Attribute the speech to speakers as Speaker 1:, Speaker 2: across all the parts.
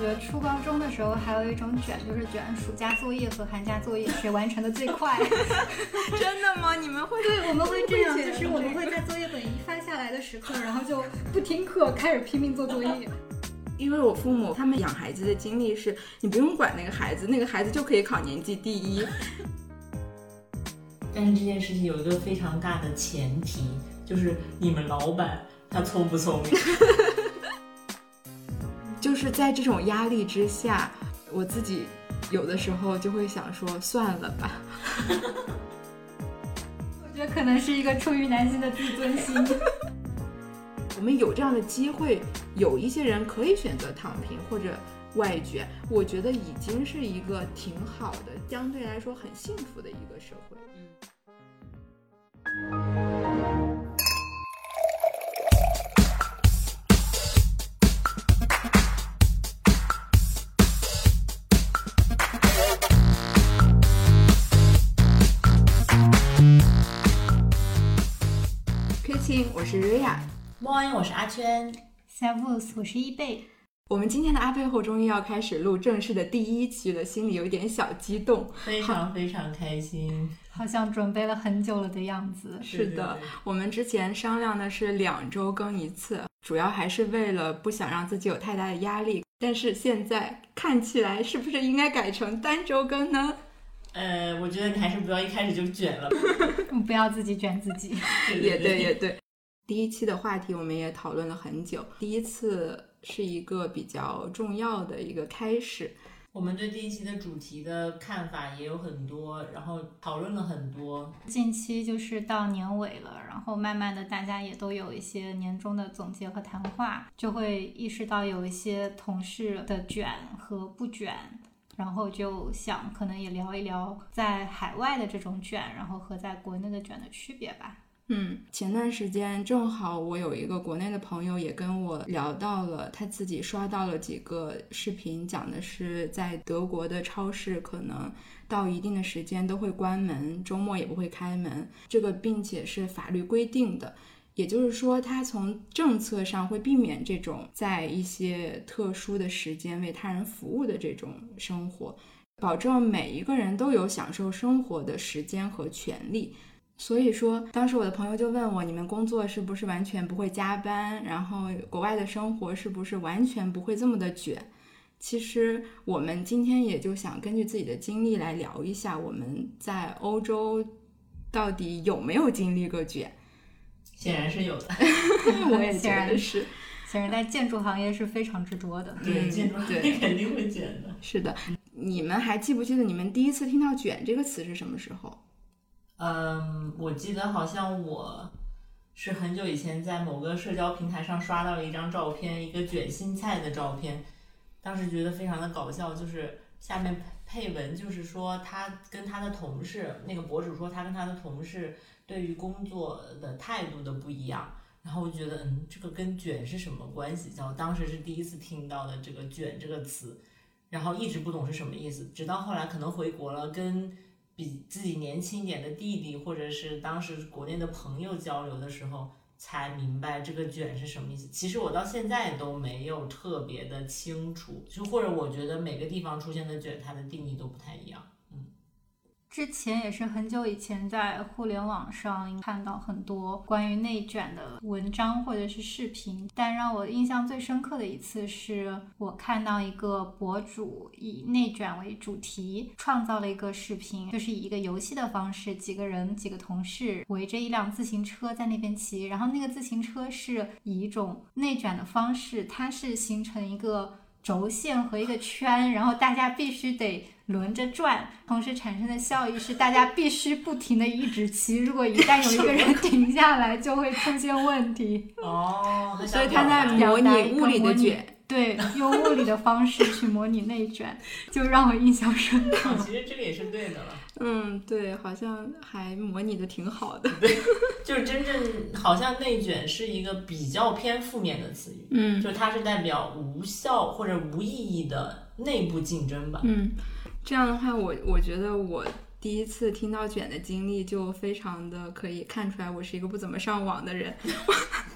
Speaker 1: 觉初高中的时候还有一种卷，就是卷暑假作业和寒假作业，谁完成的最快。
Speaker 2: 真的吗？你们会？
Speaker 1: 对，我们会这样，
Speaker 2: 会
Speaker 1: 就
Speaker 2: 卷
Speaker 1: 是我们会在作业本一发下来的时刻，然后就不听课，开始拼命做作业。
Speaker 2: 因为我父母他们养孩子的经历是，你不用管那个孩子，那个孩子就可以考年级第一。
Speaker 3: 但是这件事情有一个非常大的前提，就是你们老板他聪不聪明。
Speaker 2: 就是在这种压力之下，我自己有的时候就会想说，算了吧。
Speaker 1: 我觉得可能是一个出于男性的自尊心。
Speaker 2: 我们有这样的机会，有一些人可以选择躺平或者外卷，我觉得已经是一个挺好的，相对来说很幸福的一个社会。k i t i n 我是 Ria，
Speaker 3: Morning，我是阿圈。
Speaker 1: Servus，我是一贝。
Speaker 2: 我们今天的阿贝后终于要开始录正式的第一期了，心里有一点小激动。
Speaker 3: 非常非常开心，
Speaker 1: 好像准备了很久了的样子。
Speaker 2: 是的，我们之前商量的是两周更一次，主要还是为了不想让自己有太大的压力。但是现在看起来，是不是应该改成单周更呢？
Speaker 3: 呃，我觉得你还是不要一开始就卷了，
Speaker 1: 不要自己卷自己。
Speaker 2: 也对，也对。第一期的话题我们也讨论了很久，第一次是一个比较重要的一个开始。
Speaker 3: 我们对第一期的主题的看法也有很多，然后讨论了很多。
Speaker 1: 近期就是到年尾了，然后慢慢的大家也都有一些年终的总结和谈话，就会意识到有一些同事的卷和不卷，然后就想可能也聊一聊在海外的这种卷，然后和在国内的卷的区别吧。
Speaker 2: 嗯，前段时间正好我有一个国内的朋友也跟我聊到了，他自己刷到了几个视频，讲的是在德国的超市可能到一定的时间都会关门，周末也不会开门，这个并且是法律规定的。也就是说，它从政策上会避免这种在一些特殊的时间为他人服务的这种生活，保证每一个人都有享受生活的时间和权利。所以说，当时我的朋友就问我，你们工作是不是完全不会加班？然后国外的生活是不是完全不会这么的卷？其实我们今天也就想根据自己的经历来聊一下，我们在欧洲到底有没有经历过卷？
Speaker 3: 显然是有
Speaker 2: 嗯
Speaker 3: 的，
Speaker 2: 我也觉
Speaker 1: 显
Speaker 2: 得
Speaker 1: 然
Speaker 2: 是，
Speaker 1: 显然在建筑行业是非常之多的。
Speaker 3: 对，
Speaker 2: 嗯
Speaker 3: 建筑行业
Speaker 2: 对
Speaker 3: 肯定会卷的。
Speaker 2: 是的。你们还记不记得你们第一次听到“卷”这个词是什么时候？
Speaker 3: 嗯，我记得好像我是很久以前在某个社交平台上刷到了一张照片，一个卷心菜的照片，当时觉得非常的搞笑，就是下面配文就是说他跟他的同事，那个博主说他跟他的同事对于工作的态度的不一样。然后我觉得，嗯，这个跟卷是什么关系？然后当时是第一次听到的这个“卷”这个词，然后一直不懂是什么意思，直到后来可能回国了，跟比自己年轻一点的弟弟，或者是当时国内的朋友交流的时候，才明白这个卷是什么意思。其实我到现在都没有特别的清楚，就或者我觉得每个地方出现的卷，它的定义都不太一样。嗯
Speaker 1: 之前也是很久以前在互联网上看到很多关于内卷的文章或者是视频，但让我印象最深刻的一次是我看到一个博主以内卷为主题创造了一个视频，就是以一个游戏的方式，几个人几个同事围着一辆自行车在那边骑，然后那个自行车是以一种内卷的方式，它是形成一个轴线和一个圈，然后大家必须得轮着转，同时产生的效益是大家必须不停的一直骑，如果一旦有一个 人停下来，就会出现问题。
Speaker 3: 哦，
Speaker 2: 所以他在
Speaker 1: 表
Speaker 2: 模
Speaker 1: 达
Speaker 2: 拟
Speaker 1: 一个
Speaker 2: 物理
Speaker 1: 模
Speaker 2: 的
Speaker 1: 拟
Speaker 2: 卷。
Speaker 1: 对，用物理的方式去模拟内卷，就让我印象深刻。
Speaker 3: 其实这个也是对的了，
Speaker 2: 嗯，对，好像还模拟的挺好的。
Speaker 3: 就是真正好像内卷是一个比较偏负面的词语，
Speaker 2: 嗯
Speaker 3: 就它是代表无效或者无意义的内部竞争吧。
Speaker 2: 嗯，这样的话，我我觉得我第一次听到卷的经历就非常的可以看出来，我是一个不怎么上网的人。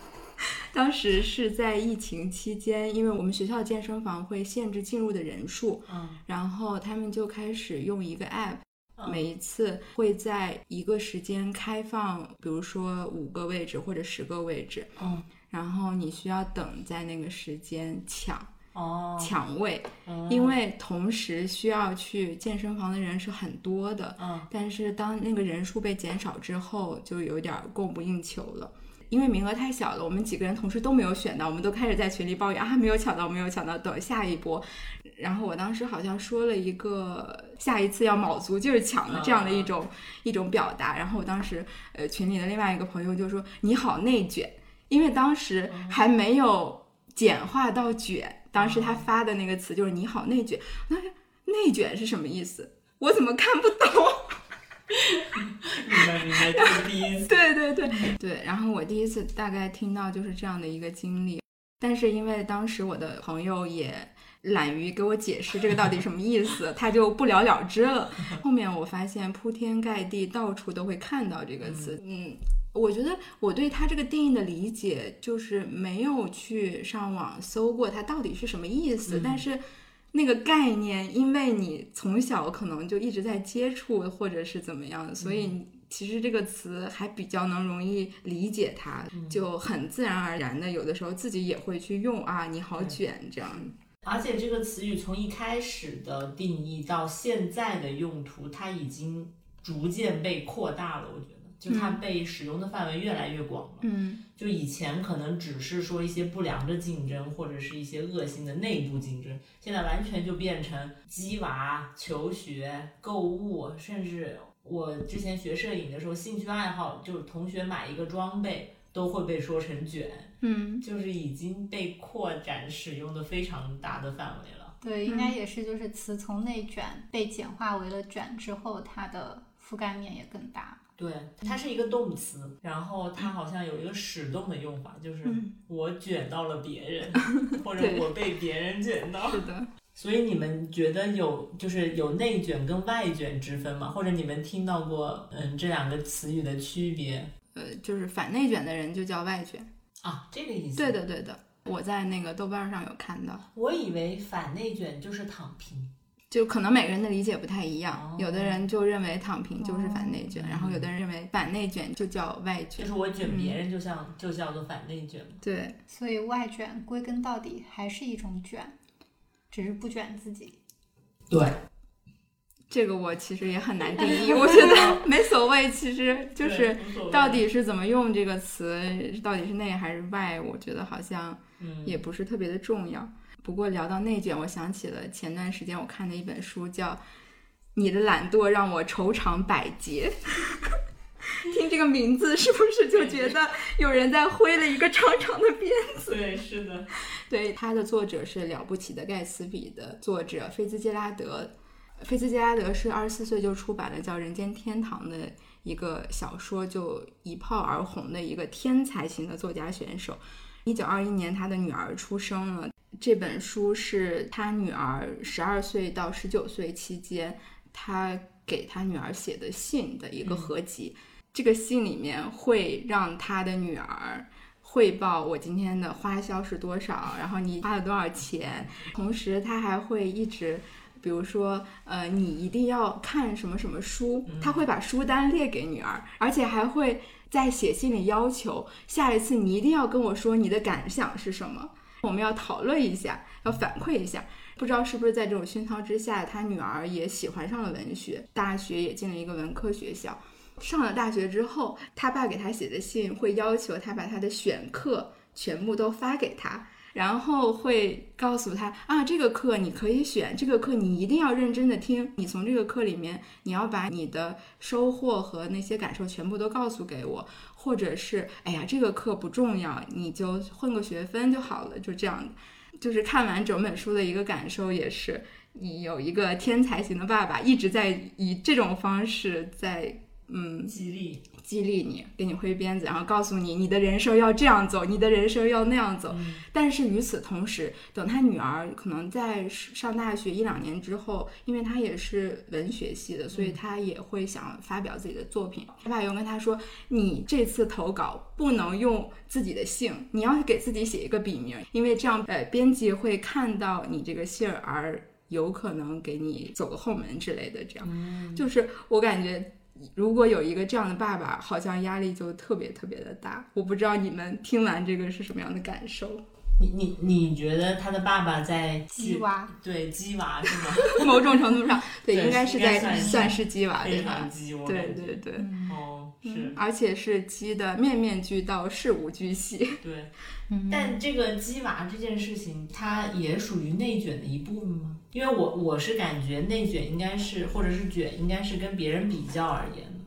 Speaker 2: 当时是在疫情期间，因为我们学校健身房会限制进入的人数，
Speaker 3: 嗯
Speaker 2: 然后他们就开始用一个 app，
Speaker 3: 嗯
Speaker 2: 每一次会在一个时间开放，比如说五个位置或者十个位置，
Speaker 3: 嗯
Speaker 2: 然后你需要等在那个时间抢
Speaker 3: 哦，
Speaker 2: 抢位，
Speaker 3: 嗯
Speaker 2: 因为同时需要去健身房的人是很多的，
Speaker 3: 嗯
Speaker 2: 但是当那个人数被减少之后，就有点儿供不应求了。因为名额太小了，我们几个人同事都没有选到，我们都开始在群里抱怨啊，没有抢到，没有抢到，等下一波。然后我当时好像说了一个下一次要卯足劲儿抢的这样的一种、一种表达。然后我当时呃群里的另外一个朋友就说你好内卷，因为当时还没有简化到卷，当时他发的那个词就是你好内卷。我当时内卷是什么意思？我怎么看不懂？
Speaker 3: 明白明白，这是 第一次。
Speaker 2: 对对对对，然后我第一次大概听到就是这样的一个经历，但是因为当时我的朋友也懒于给我解释这个到底什么意思，他就不了了之了。后面我发现铺天盖地，到处都会看到这个词，嗯。我觉得我对它这个定义的理解就是没有去上网搜过它到底是什么意思，
Speaker 3: 嗯
Speaker 2: 但是那个概念，因为你从小可能就一直在接触或者是怎么样，所
Speaker 3: 嗯
Speaker 2: 以你其实这个词还比较能容易理解它，
Speaker 3: 嗯
Speaker 2: 就很自然而然的，有的时候自己也会去用啊，你好卷这样。
Speaker 3: 而且这个词语从一开始的定义到现在的用途，它已经逐渐被扩大了。我觉得，就它被使用的范围越来越广了。
Speaker 2: 嗯
Speaker 3: 就以前可能只是说一些不良的竞争，或者是一些恶性的内部竞争，现在完全就变成鸡娃、求学、购物，甚至我之前学摄影的时候，兴趣爱好就是同学买一个装备都会被说成卷，
Speaker 2: 嗯
Speaker 3: 就是已经被扩展使用的非常大的范围了。
Speaker 1: 对，应该也是就是词从内卷被简化为了卷之后，它的覆盖面也更大。
Speaker 3: 对，它是一个动词，嗯然后它好像有一个使动的用法，就是
Speaker 2: 嗯
Speaker 3: 我卷到了别 人，或者
Speaker 2: 对
Speaker 3: 我被别人卷到。
Speaker 2: 是的，
Speaker 3: 所以你们觉得有就是有内卷跟外卷之分吗？或者你们听到过嗯这两个词语的区别
Speaker 2: 呃，就是反内卷的人就叫外卷。
Speaker 3: 啊？这个意思。
Speaker 2: 对，的对的，我在那个豆瓣上有看到，
Speaker 3: 我以为反内卷就是躺平。
Speaker 2: 就可能每个人的理解不太一样，
Speaker 3: 哦
Speaker 2: 有的人就认为躺平就是反内卷，
Speaker 3: 哦
Speaker 2: 然后有的人认为反内卷就叫外
Speaker 3: 就
Speaker 2: 卷。
Speaker 3: 是我卷别人，就像、就叫做反内卷嘛。
Speaker 2: 对，
Speaker 1: 所以外卷归根到底还是一种卷，只是不卷自己。
Speaker 3: 对，
Speaker 2: 这个我其实也很难定义，我觉得没所谓，其实就是
Speaker 3: 无所谓
Speaker 2: 到底是怎么用这个词，到底是内还是外，我觉得好像
Speaker 3: 嗯
Speaker 2: 也不是特别的重要。不过聊到内卷，我想起了前段时间我看的一本书，叫《你的懒惰让我愁肠百结》。 听这个名字，是不是就觉得有人在挥了一个长长的鞭？
Speaker 3: 对是的，
Speaker 2: 对，它的作者是《了不起的盖茨比》的作者菲兹杰拉德。菲兹杰拉德是二十四岁就出版了叫《人间天堂》的一个小说，就一炮而红的一个天才型的作家选手。一九二一年，他的女儿出生了。这本书是他女儿十二岁到十九岁期间，他给他女儿写的信的一个
Speaker 3: 嗯
Speaker 2: 合集。这个信里面会让他的女儿汇报我今天的花销是多少，然后你花了多少钱，同时他还会一直。比如说，呃，你一定要看什么什么书，他会把书单列给女儿，而且还会在写信里要求下一次你一定要跟我说你的感想是什么，我们要讨论一下，要反馈一下。不知道是不是在这种熏陶之下，他女儿也喜欢上了文学，大学也进了一个文科学校。上了大学之后，他爸给他写的信会要求他把他的选课全部都发给他，然后会告诉他啊，这个课你可以选，这个课你一定要认真的听，你从这个课里面你要把你的收获和那些感受全部都告诉给我，或者是哎呀，这个课不重要，你就混个学分就好了，就这样。就是看完整本书的一个感受也是，你有一个天才型的爸爸一直在以这种方式在嗯
Speaker 3: 激励
Speaker 2: 激励你，给你挥鞭子，然后告诉你你的人生要这样走，你的人生要那样走。
Speaker 3: 嗯
Speaker 2: 但是与此同时，等他女儿可能在上大学一两年之后，因为她也是文学系
Speaker 3: 嗯
Speaker 2: 的，所以她也会想发表自己的作品。她爸又跟她说：“你这次投稿不能用自己的姓，你要给自己写一个笔名，因为这样呃编辑会看到你这个姓儿而有可能给你走个后门之类的。”这样，
Speaker 3: 嗯，
Speaker 2: 就是我感觉，如果有一个这样的爸爸，好像压力就特别特别的大。我不知道你们听完这个是什么样的感 受。
Speaker 3: 你你你觉得他的爸爸在
Speaker 1: 鸡
Speaker 3: 剧
Speaker 1: 娃。
Speaker 3: 对鸡娃是吗？
Speaker 2: 某种程度上，对，
Speaker 3: 对
Speaker 2: 应该是
Speaker 3: 应该算
Speaker 2: 在
Speaker 3: 是
Speaker 2: 算是鸡 娃对
Speaker 3: 非
Speaker 2: 吧
Speaker 3: 常？鸡，我
Speaker 2: 对
Speaker 3: 感觉
Speaker 2: 对对，
Speaker 3: 哦，
Speaker 2: 嗯
Speaker 3: 是
Speaker 2: 而且是鸡的面面俱到，事无巨细。
Speaker 3: 对。
Speaker 1: 嗯，
Speaker 3: 但这个鸡娃这件事情，它也属于内卷的一部分吗？因为我我是感觉内卷应该是，或者是卷应该是跟别人比较而言的，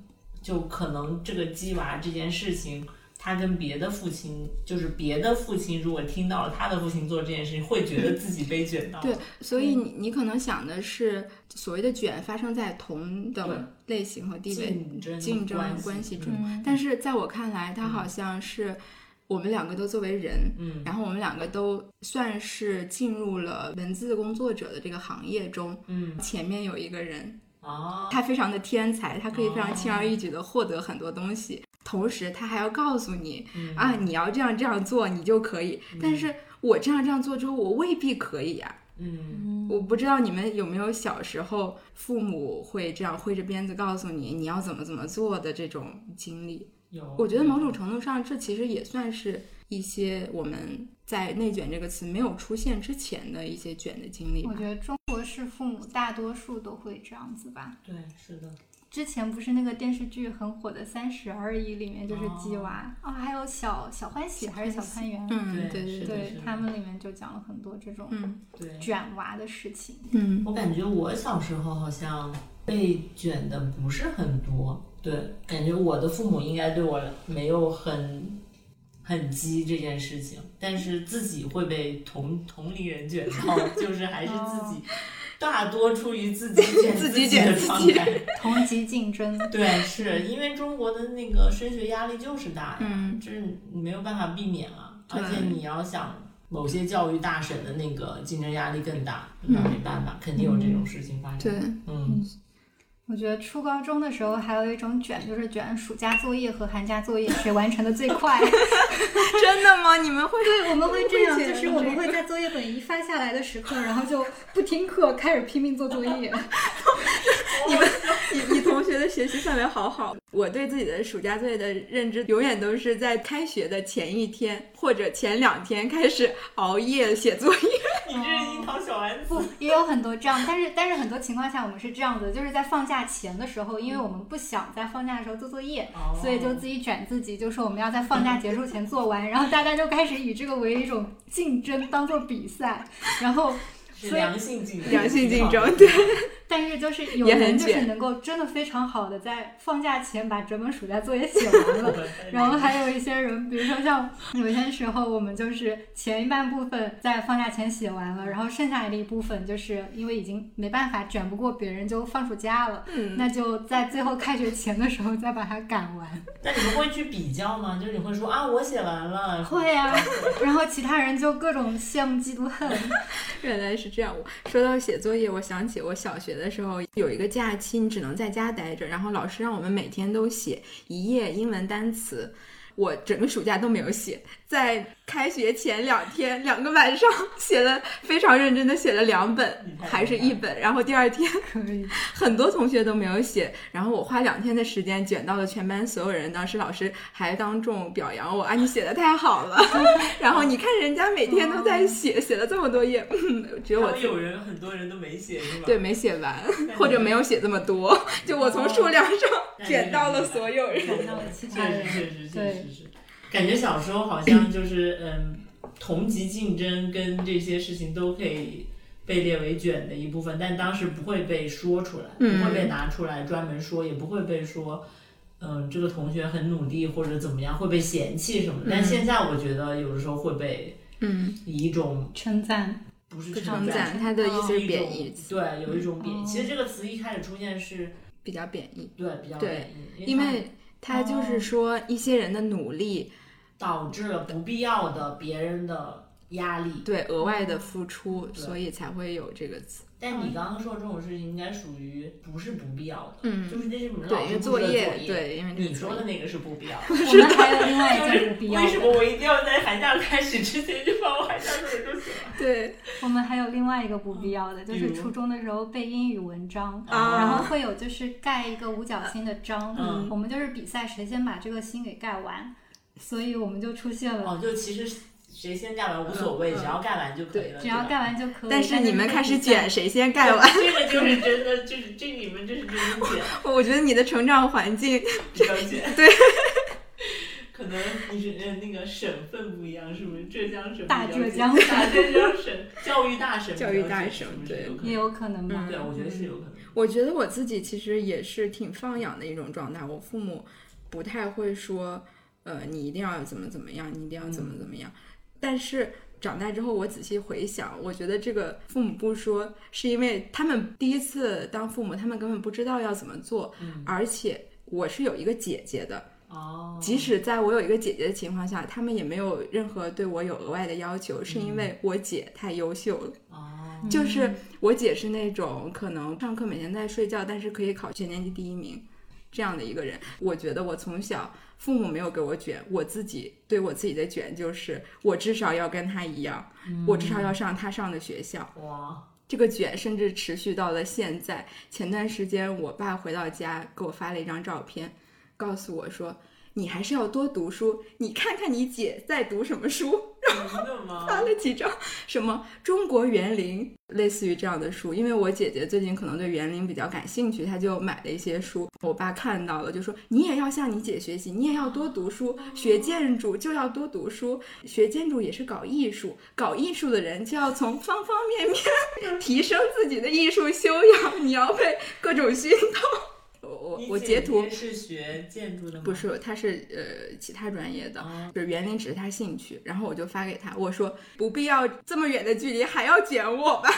Speaker 3: 就可能这个鸡娃这件事情。他跟别的父亲，就是别的父亲，如果听到了他的父亲做这件事情，会觉得自己被卷到。
Speaker 2: 对，所以你你可能想的是，所谓的卷发生在同等类型和地位
Speaker 3: 竞争
Speaker 2: 竞争
Speaker 3: 关
Speaker 2: 关系中，
Speaker 1: 嗯
Speaker 2: 但是在我看来，它好像是我们两个都作为人，
Speaker 3: 嗯
Speaker 2: 然后我们两个都算是进入了文字工作者的这个行业中。
Speaker 3: 嗯
Speaker 2: 前面有一个人，
Speaker 3: 哦，
Speaker 2: 他非常的天才，他可以非常轻而易举的获得很多东西，同时他还要告诉你
Speaker 3: 嗯
Speaker 2: 啊，你要这样这样做，你就可以。但是我这样这样做之后，我未必可以啊呀、
Speaker 3: 嗯
Speaker 1: 嗯
Speaker 2: 我不知道你们有没有小时候父母会这样挥着鞭子告诉你你要怎么怎么做的这种经历。
Speaker 3: 有，
Speaker 2: 我觉得某种程度上，这其实也算是一些我们在“内卷”这个词没有出现之前的一些卷的经历吧
Speaker 1: 我。觉得中国式父母大多数都会这样子吧。
Speaker 3: 对，是的，
Speaker 1: 之前不是那个电视剧很火的《三十而已》里面就是鸡娃啊、还有小小欢喜还是小攀缘，
Speaker 2: 嗯，
Speaker 3: 对
Speaker 2: 对对
Speaker 3: 是的
Speaker 2: 对，
Speaker 1: 对他们里面就讲了很多这种
Speaker 2: 嗯
Speaker 3: 对，
Speaker 1: 卷娃的事情。
Speaker 2: 嗯
Speaker 3: 我感觉我小时候好像被卷的不是很多，对，感觉我的父母应该对我没有很很激这件事情，但是自己会被同同龄人卷到， 就是还是自己大多出于自己卷
Speaker 2: 哦 自己
Speaker 3: 己
Speaker 2: 卷
Speaker 3: 的
Speaker 2: 自
Speaker 3: 状
Speaker 2: 己
Speaker 3: 态。
Speaker 1: 同级竞争，
Speaker 3: 对，是因为中国的那个升学压力就是大呀，
Speaker 2: 嗯
Speaker 3: 这是你没有办法避免啊。
Speaker 2: 对
Speaker 3: 而且你要想某些教育大神的那个竞争压力更大，那没办法，肯定有这种事情发生。
Speaker 2: 嗯对。
Speaker 3: 嗯，
Speaker 1: 我觉得初高中的时候还有一种卷，就是卷暑假作业和寒假作业谁完成的最快。
Speaker 2: 真的吗？你们会？
Speaker 1: 对，我们会这样，
Speaker 2: 会卷
Speaker 1: 就是我们会在作业本一发下来的时刻，然后就不听课，开始拼命做作业。
Speaker 2: 你你同学的学习氛围好好。我对自己的暑假作业的认知，永远都是在开学的前一天或者前两天开始熬夜写作业。
Speaker 3: 你这是樱桃小丸子。
Speaker 1: 不，也有很多这样，但是但是很多情况下我们是这样子，就是在放假前的时候，因为我们不想在放假的时候做作业，
Speaker 3: 哦
Speaker 1: 所以就自己卷自己，就说我们要在放假结束前做完，然后大家就开始以这个为一种竞争，当做比赛，然后。
Speaker 3: 是
Speaker 1: 所以
Speaker 3: 良性竞争，
Speaker 2: 良性竞 争
Speaker 3: 对，
Speaker 1: 但是就是有
Speaker 2: 也很
Speaker 1: 人就是
Speaker 2: 卷
Speaker 1: 能够真的非常好的在放假前把整本暑假作业写完了，然后还有一些人，比如说像有些时候，我们就是前一半部分在放假前写完了，然后剩下的一部分就是因为已经没办法卷不过别人，就放暑假了。
Speaker 2: 嗯，
Speaker 1: 那就在最后开学前的时候再把它赶 完。
Speaker 3: 那你们会去比较吗？就是你会说啊，我写完了，
Speaker 1: 会啊， 然后其他人就各种羡慕、嫉妒、恨。
Speaker 2: 原来是这样。我说到写作业，我想起我小学的时候有一个假期，你只能在家待着，然后老师让我们每天都写一页英文单词。我整个暑假都没有写，在开学前两天两个晚上 写了非常认真的写了两
Speaker 3: 你
Speaker 2: 本，
Speaker 3: 太厉害
Speaker 2: 还是一本，然后第二天
Speaker 1: 可以，
Speaker 2: 很多同学都没有写，然后我花两天的时间卷到了全班所有人。当时老师还当众表扬我啊，你写的太好了。 然后你看人家每天都在写，写了这么多页， 嗯只有我
Speaker 3: 他
Speaker 2: 自
Speaker 3: 们
Speaker 2: 己
Speaker 3: 有人很多人都没写是吧？
Speaker 2: 对，没写 完
Speaker 3: 你，
Speaker 2: 或者没有写这么多。 就我
Speaker 3: 哦
Speaker 2: 从数量 上
Speaker 3: 那你
Speaker 2: 卷哎到了所有人。
Speaker 1: 卷到了其他
Speaker 3: 确
Speaker 1: 人
Speaker 3: 实，确实，确
Speaker 1: 对
Speaker 3: 实是。感觉小时候好像就是嗯，同级竞争跟这些事情都可以被列为卷的一部分，但当时不会被说出来，
Speaker 2: 嗯
Speaker 3: 不会被拿出来专门说，也不会被说。嗯，这个同学很努力或者怎么样会被嫌弃什么的，但现在我觉得有的时候会被
Speaker 2: 嗯，
Speaker 3: 以一种
Speaker 1: 称赞。
Speaker 3: 不是
Speaker 2: 不
Speaker 3: 称
Speaker 2: 称赞，他的意思
Speaker 3: 是
Speaker 2: 是
Speaker 3: 哦一种
Speaker 2: 贬义，，嗯
Speaker 3: 对，有一种贬义。
Speaker 1: 哦
Speaker 3: 其实这个词一开始出现是
Speaker 2: 比较贬义。
Speaker 3: 对比较
Speaker 2: 对
Speaker 3: 贬义，
Speaker 2: 因
Speaker 3: 它
Speaker 2: 为他就是说一些人的努力，
Speaker 3: 导致了不必要的别人的压力。
Speaker 2: 对额外的付出，
Speaker 3: 哦对
Speaker 2: 所以才会有这个词。
Speaker 3: 但你刚刚说这种事情应该属于不是不必要的，
Speaker 2: 嗯
Speaker 3: 就是这是你们
Speaker 2: 对，
Speaker 3: 老
Speaker 2: 因
Speaker 3: 师
Speaker 2: 为
Speaker 3: 布置的
Speaker 2: 业，，对，因为这个
Speaker 3: 你说
Speaker 2: 作
Speaker 3: 的
Speaker 2: 业
Speaker 3: 那个是 不必要的。
Speaker 1: 我们还有另外一
Speaker 3: 就
Speaker 1: 件
Speaker 3: 是
Speaker 1: 不必要
Speaker 3: 为
Speaker 1: 的，
Speaker 3: 什么我一定要在寒假开始之前就把我寒假作业就写完？
Speaker 2: 对
Speaker 1: 我们还有另外一个不必要的，就
Speaker 3: 比
Speaker 1: 是
Speaker 3: 如
Speaker 1: 初中的时候背英语文章。
Speaker 2: 啊
Speaker 1: 然后会有就是盖一个五角星的章，
Speaker 3: 嗯
Speaker 1: 我们就是比赛谁先把这个星给盖完，所以我们就出现了，
Speaker 3: 哦，就其实谁先盖完无所谓，
Speaker 2: 嗯嗯
Speaker 3: 只要盖完就可以了。
Speaker 1: 只要
Speaker 3: 对吧
Speaker 1: 盖完就可以。
Speaker 2: 嗯但是你们开始
Speaker 1: 减。
Speaker 2: 卷，谁先盖 完？
Speaker 3: 这个就是真的，就是这你们这是真的卷，
Speaker 2: 我觉得你的成长环境，
Speaker 3: 比较 卷。
Speaker 2: 对。
Speaker 3: 可能你是呃那个省份不一样，是不是？浙江省比较
Speaker 1: 大
Speaker 3: 卷
Speaker 1: 浙江
Speaker 3: 大浙江省 教育大省比较
Speaker 2: 教
Speaker 3: 卷，
Speaker 2: 育大省
Speaker 3: 是不是
Speaker 2: 对
Speaker 3: 有可能
Speaker 1: 也有可能
Speaker 2: 嗯
Speaker 1: 吧。
Speaker 3: 对，我觉得是有可能。
Speaker 2: 我觉得我自己其实也是挺放养的一种状态。我父母不太会说，呃，你一定要怎么怎么样，你一定要怎么怎么样。但是长大之后，我仔细回想，我觉得这个父母不说，是因为他们第一次当父母，他们根本不知道要怎么做，
Speaker 3: 嗯
Speaker 2: 而且。我是有一个姐姐的，
Speaker 3: 哦，
Speaker 2: 即使在我有一个姐姐的情况下，他们也没有任何对我有额外的要求，是因为我姐太优秀了。
Speaker 3: 哦，
Speaker 2: 就是我姐是那种可能上课每天在睡觉，但是可以考全年级第一名这样的一个人。我觉得我从小父母没有给我卷，我自己对我自己的卷就是我至少要跟她一样，我至少要上她上的学校。
Speaker 3: 哇，
Speaker 2: 这个卷甚至持续到了现在。前段时间我爸回到家给我发了一张照片，告诉我说。你还是要多读书，你看看你姐在读什么书。
Speaker 3: 真的吗？
Speaker 2: 发了几张什么中国园林，类似于这样的书。因为我姐姐最近可能对园林比较感兴趣，她就买了一些书。我爸看到了，就说你也要向你姐学习，你也要多读书，学建筑就要多读书，学建筑也是搞艺术，搞艺术的人就要从方方面面提升自己的艺术修养，你要被各种熏陶。我我
Speaker 3: 你
Speaker 2: 我
Speaker 3: 姐
Speaker 2: 截图
Speaker 3: 姐是学建筑的吗？
Speaker 2: 不是，她是呃其他专业的，
Speaker 3: 嗯哦，
Speaker 2: 就是园林只是他兴趣，然后我就发给他，我说不必要这么远的距离还要卷我吧。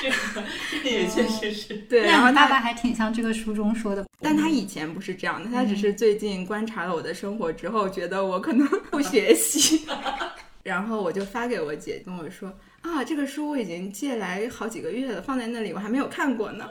Speaker 3: 这个这个也确实是。
Speaker 2: 对，然后嗯
Speaker 1: 那你爸
Speaker 2: 他，
Speaker 1: 爸还挺像这个书中说的，
Speaker 2: 但
Speaker 3: 嗯
Speaker 2: 他以前不是这样的，他只是最近观察了我的生活之后，觉得我可能不学习， 然后我就发给我姐，跟我说啊，这个书我已经借来好几个月了，放在那里我还没有看过 呢。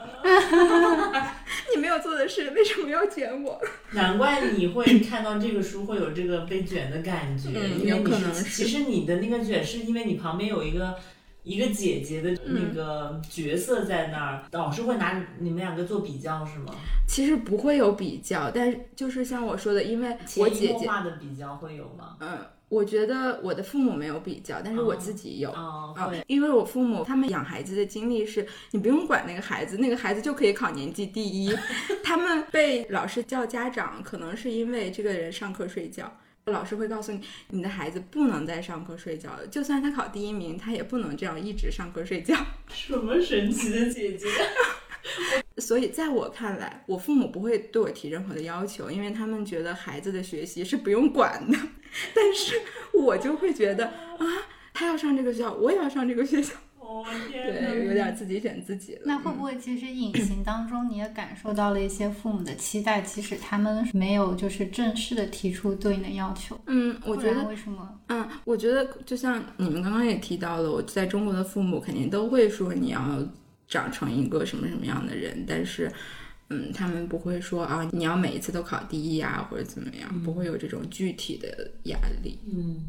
Speaker 2: 你没有做的事为什么要卷我？
Speaker 3: 难怪你会看到这个书会有这个被卷的感觉，
Speaker 2: 嗯
Speaker 3: 因为
Speaker 2: 有
Speaker 3: 你
Speaker 2: 可
Speaker 3: 是
Speaker 2: 能是
Speaker 3: 其实你的那个卷是因为你旁边有一个一个姐姐的那个角色在那儿，老师会拿你们两个做比较是吗？
Speaker 2: 其实不会有比较，但是就是像我说的，因为我
Speaker 3: 潜移
Speaker 2: 姐
Speaker 3: 默
Speaker 2: 姐，
Speaker 3: 化的比较会有吗？
Speaker 2: 嗯，我觉得我的父母没有比较，但是我
Speaker 3: 哦
Speaker 2: 自己有。
Speaker 3: 哦，
Speaker 2: 啊
Speaker 3: 会，
Speaker 2: 因为我父母他们养孩子的经历是，你不用管那个孩子，那个孩子就可以考年级第一。 他们被老师叫家长，可能是因为这个人上课睡觉，老师会告诉你，你的孩子不能再上课睡觉了，就算他考第一名，他也不能这样一直上课睡觉。
Speaker 3: 什么神奇的姐 姐？
Speaker 2: 所以在我看来，我父母不会对我提任何的要求，因为他们觉得孩子的学习是不用管的。 但是我就会觉得啊，他要上这个学校，我也要上这个学校，
Speaker 3: 哦天哪！
Speaker 2: 对，有点自己选自己了。
Speaker 1: 那会不会其实隐形当中你也感受到了一些父母的期待，即使他们没有就是正式的提出对你的要求？
Speaker 2: 嗯，我
Speaker 1: 不
Speaker 2: 觉
Speaker 1: 然
Speaker 2: 得，
Speaker 1: 为什么？
Speaker 2: 嗯，我觉得就像你们刚刚也提到了，我在中国的父母肯定都会说你要长成一个什么什么样的人，但是，嗯，他们不会说啊，你要每一次都考第一啊，或者怎么样，
Speaker 1: 嗯
Speaker 2: 不会有这种具体的压力。
Speaker 3: 嗯，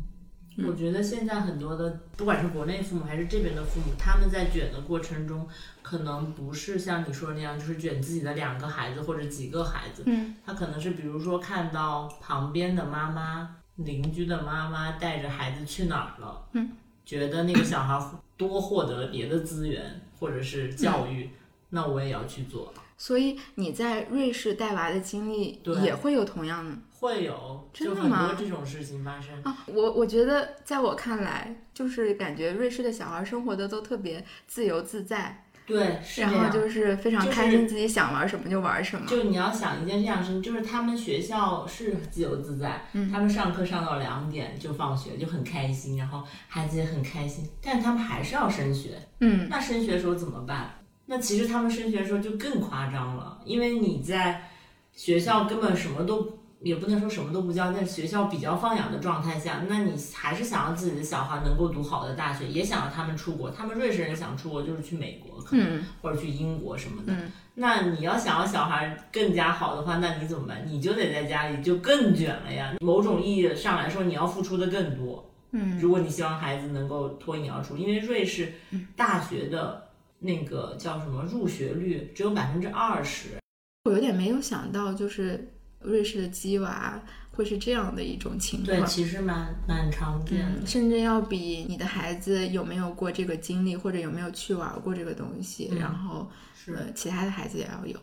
Speaker 3: 我觉得现在很多的，不管是国内父母还是这边的父母，他们在卷的过程中，可能不是像你说的那样，就是卷自己的两个孩子或者几个孩子，
Speaker 2: 嗯，
Speaker 3: 他可能是比如说看到旁边的妈妈、邻居的妈妈带着孩子去哪儿了，
Speaker 2: 嗯，
Speaker 3: 觉得那个小孩 多获得了别的资源或者是
Speaker 2: 嗯
Speaker 3: 教育，那我也要去做，
Speaker 2: 所以你在瑞士带娃的经历
Speaker 3: 对
Speaker 2: 也会有同样的
Speaker 3: 会有
Speaker 2: 真
Speaker 3: 就
Speaker 2: 的
Speaker 3: 很
Speaker 2: 吗
Speaker 3: 多这种事情发生。
Speaker 2: 啊，我我觉得在我看来，就是感觉瑞士的小孩生活的都特别自由自在，
Speaker 3: 对，是
Speaker 2: 然
Speaker 3: 这
Speaker 2: 后
Speaker 3: 样
Speaker 2: 就是非常
Speaker 3: 就是
Speaker 2: 开心，自己想玩什么就玩什么。
Speaker 3: 就你要想一件这样的事情，就是他们学校是自由自在，
Speaker 2: 嗯
Speaker 3: 他们上课上到两点就放学，就很开心，然后孩子也很开心，但他们还是要升学。
Speaker 2: 嗯，
Speaker 3: 那升学的时候怎么办？那其实他们升学的时候就更夸张了，因为你在学校根本什么都也不能说什么都不教，在学校比较放养的状态下，那你还是想要自己的小孩能够读好的大学，也想要他们出国。他们瑞士人想出国就是去美国，可能、
Speaker 2: 嗯
Speaker 3: 或者去英国什么的。
Speaker 2: 嗯
Speaker 3: 那你要想要小孩更加好的话，那你怎么办？你就得在家里就更卷了呀。某种意义上来说，你要付出的更多。
Speaker 2: 嗯
Speaker 3: 如果你希望孩子能够脱颖而出，因为瑞士大学的那个叫什么入学率只有百分之二十，
Speaker 2: 我有点没有想到，就是瑞士的鸡娃会是这样的一种情
Speaker 3: 对，
Speaker 2: 况。
Speaker 3: 其实蛮蛮常见的。
Speaker 2: 嗯，甚至要比你的孩子有没有过这个经历，或者有没有去玩过这个东西，
Speaker 3: 嗯
Speaker 2: 然后
Speaker 3: 是，
Speaker 2: 呃，其他的孩子也要有。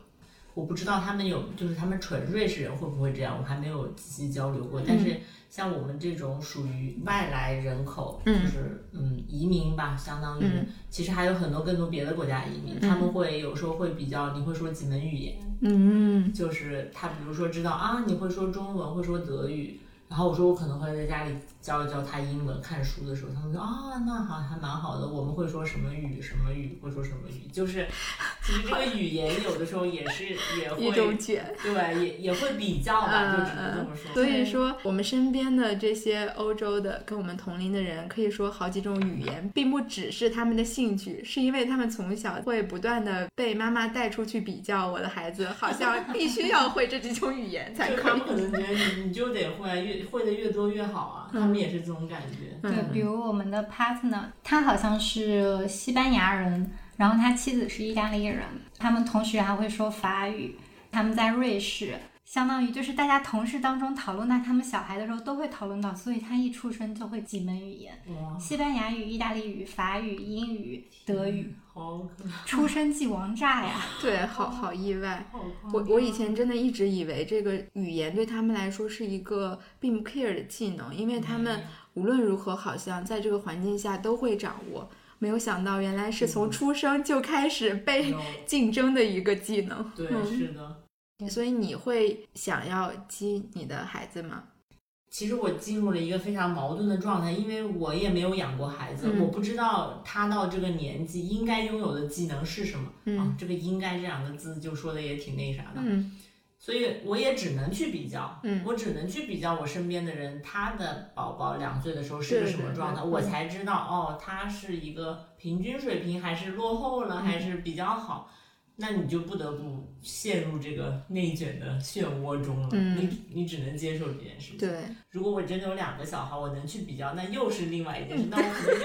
Speaker 3: 我不知道他们有，就是他们纯瑞士人会不会这样，我还没有仔细交流过。但是像我们这种属于外来人口，
Speaker 2: 嗯
Speaker 3: 就是嗯移民吧，相当于、
Speaker 2: 嗯
Speaker 3: 其实还有很多更多别的国家移民，他们会有时候会比较，你会说几门语言。
Speaker 2: 嗯
Speaker 3: 就是他，比如说知道啊，你会说中文，会说德语，然后我说我可能会在家里教一教他英文，看书的时候，他们说啊，那好，还蛮好的。我们会说什么语，什么语，会说什么语，就是其实这个语言有的时候也是也
Speaker 2: 一种
Speaker 3: 会
Speaker 2: 卷。
Speaker 3: 对，也也会比较吧，
Speaker 2: 嗯
Speaker 3: 就只能这么说。
Speaker 2: 所以说，我们身边的这些欧洲的跟我们同龄的人，可以说好几种语言，并不只是他们的兴趣，是因为他们从小会不断的被妈妈带出去比较，我的孩子好 像必须要会这几种语言才
Speaker 3: 就
Speaker 2: 可
Speaker 3: 他
Speaker 2: 以
Speaker 3: 们。可能觉得你你就得会啊，越会的越多越好啊，
Speaker 2: 嗯
Speaker 3: 他们也是这种感觉。
Speaker 1: 对，比如我们的 partner，他好像是西班牙人，然后他妻子是意大利人，他们同时还会说法语，他们在瑞士。相当于就是大家同事当中讨论到他们小孩的时候都会讨论到，所以他一出生就会几门语言：
Speaker 3: 哇，
Speaker 1: 西班牙语、意大利语、法语、英语、德语，
Speaker 3: 嗯好可
Speaker 1: 出生即啊王炸呀！
Speaker 2: 对，好好意外。
Speaker 3: 好夸张
Speaker 2: 我我以前真的一直以为这个语言对他们来说是一个并不 care 的技能，因为他们
Speaker 3: 嗯
Speaker 2: 无论如何好像在这个环境下都会掌握。没有想到，原来
Speaker 3: 嗯
Speaker 2: 是从出生就开始被
Speaker 3: 有
Speaker 2: 竞争的一个技能。
Speaker 3: 对
Speaker 2: 嗯
Speaker 3: 是的。
Speaker 2: 所以你会想要激你的孩子吗？
Speaker 3: 其实我进入了一个非常矛盾的状态，因为我也没有养过孩子，
Speaker 2: 嗯
Speaker 3: 我不知道他到这个年纪应该拥有的技能是什么。
Speaker 2: 嗯
Speaker 3: 啊，这个“应该”这两个字就说的也挺那啥的，
Speaker 2: 嗯
Speaker 3: 所以我也只能去比较，
Speaker 2: 嗯
Speaker 3: 我只能去比较我身边的人，他的宝宝两岁的时候是个
Speaker 2: 对
Speaker 3: 什么
Speaker 2: 对
Speaker 3: 状态，
Speaker 2: 对
Speaker 3: 我
Speaker 2: 嗯
Speaker 3: 才知道哦，他是一个平均水平还是落后了，
Speaker 2: 嗯
Speaker 3: 还是比较好。那你就不得不陷入这个内卷的漩涡中了，
Speaker 2: 嗯
Speaker 3: 你你只能接受这件事情。
Speaker 2: 对，
Speaker 3: 如果我真的有两个小孩，我能去比较，那又是另外一件事。那我可能就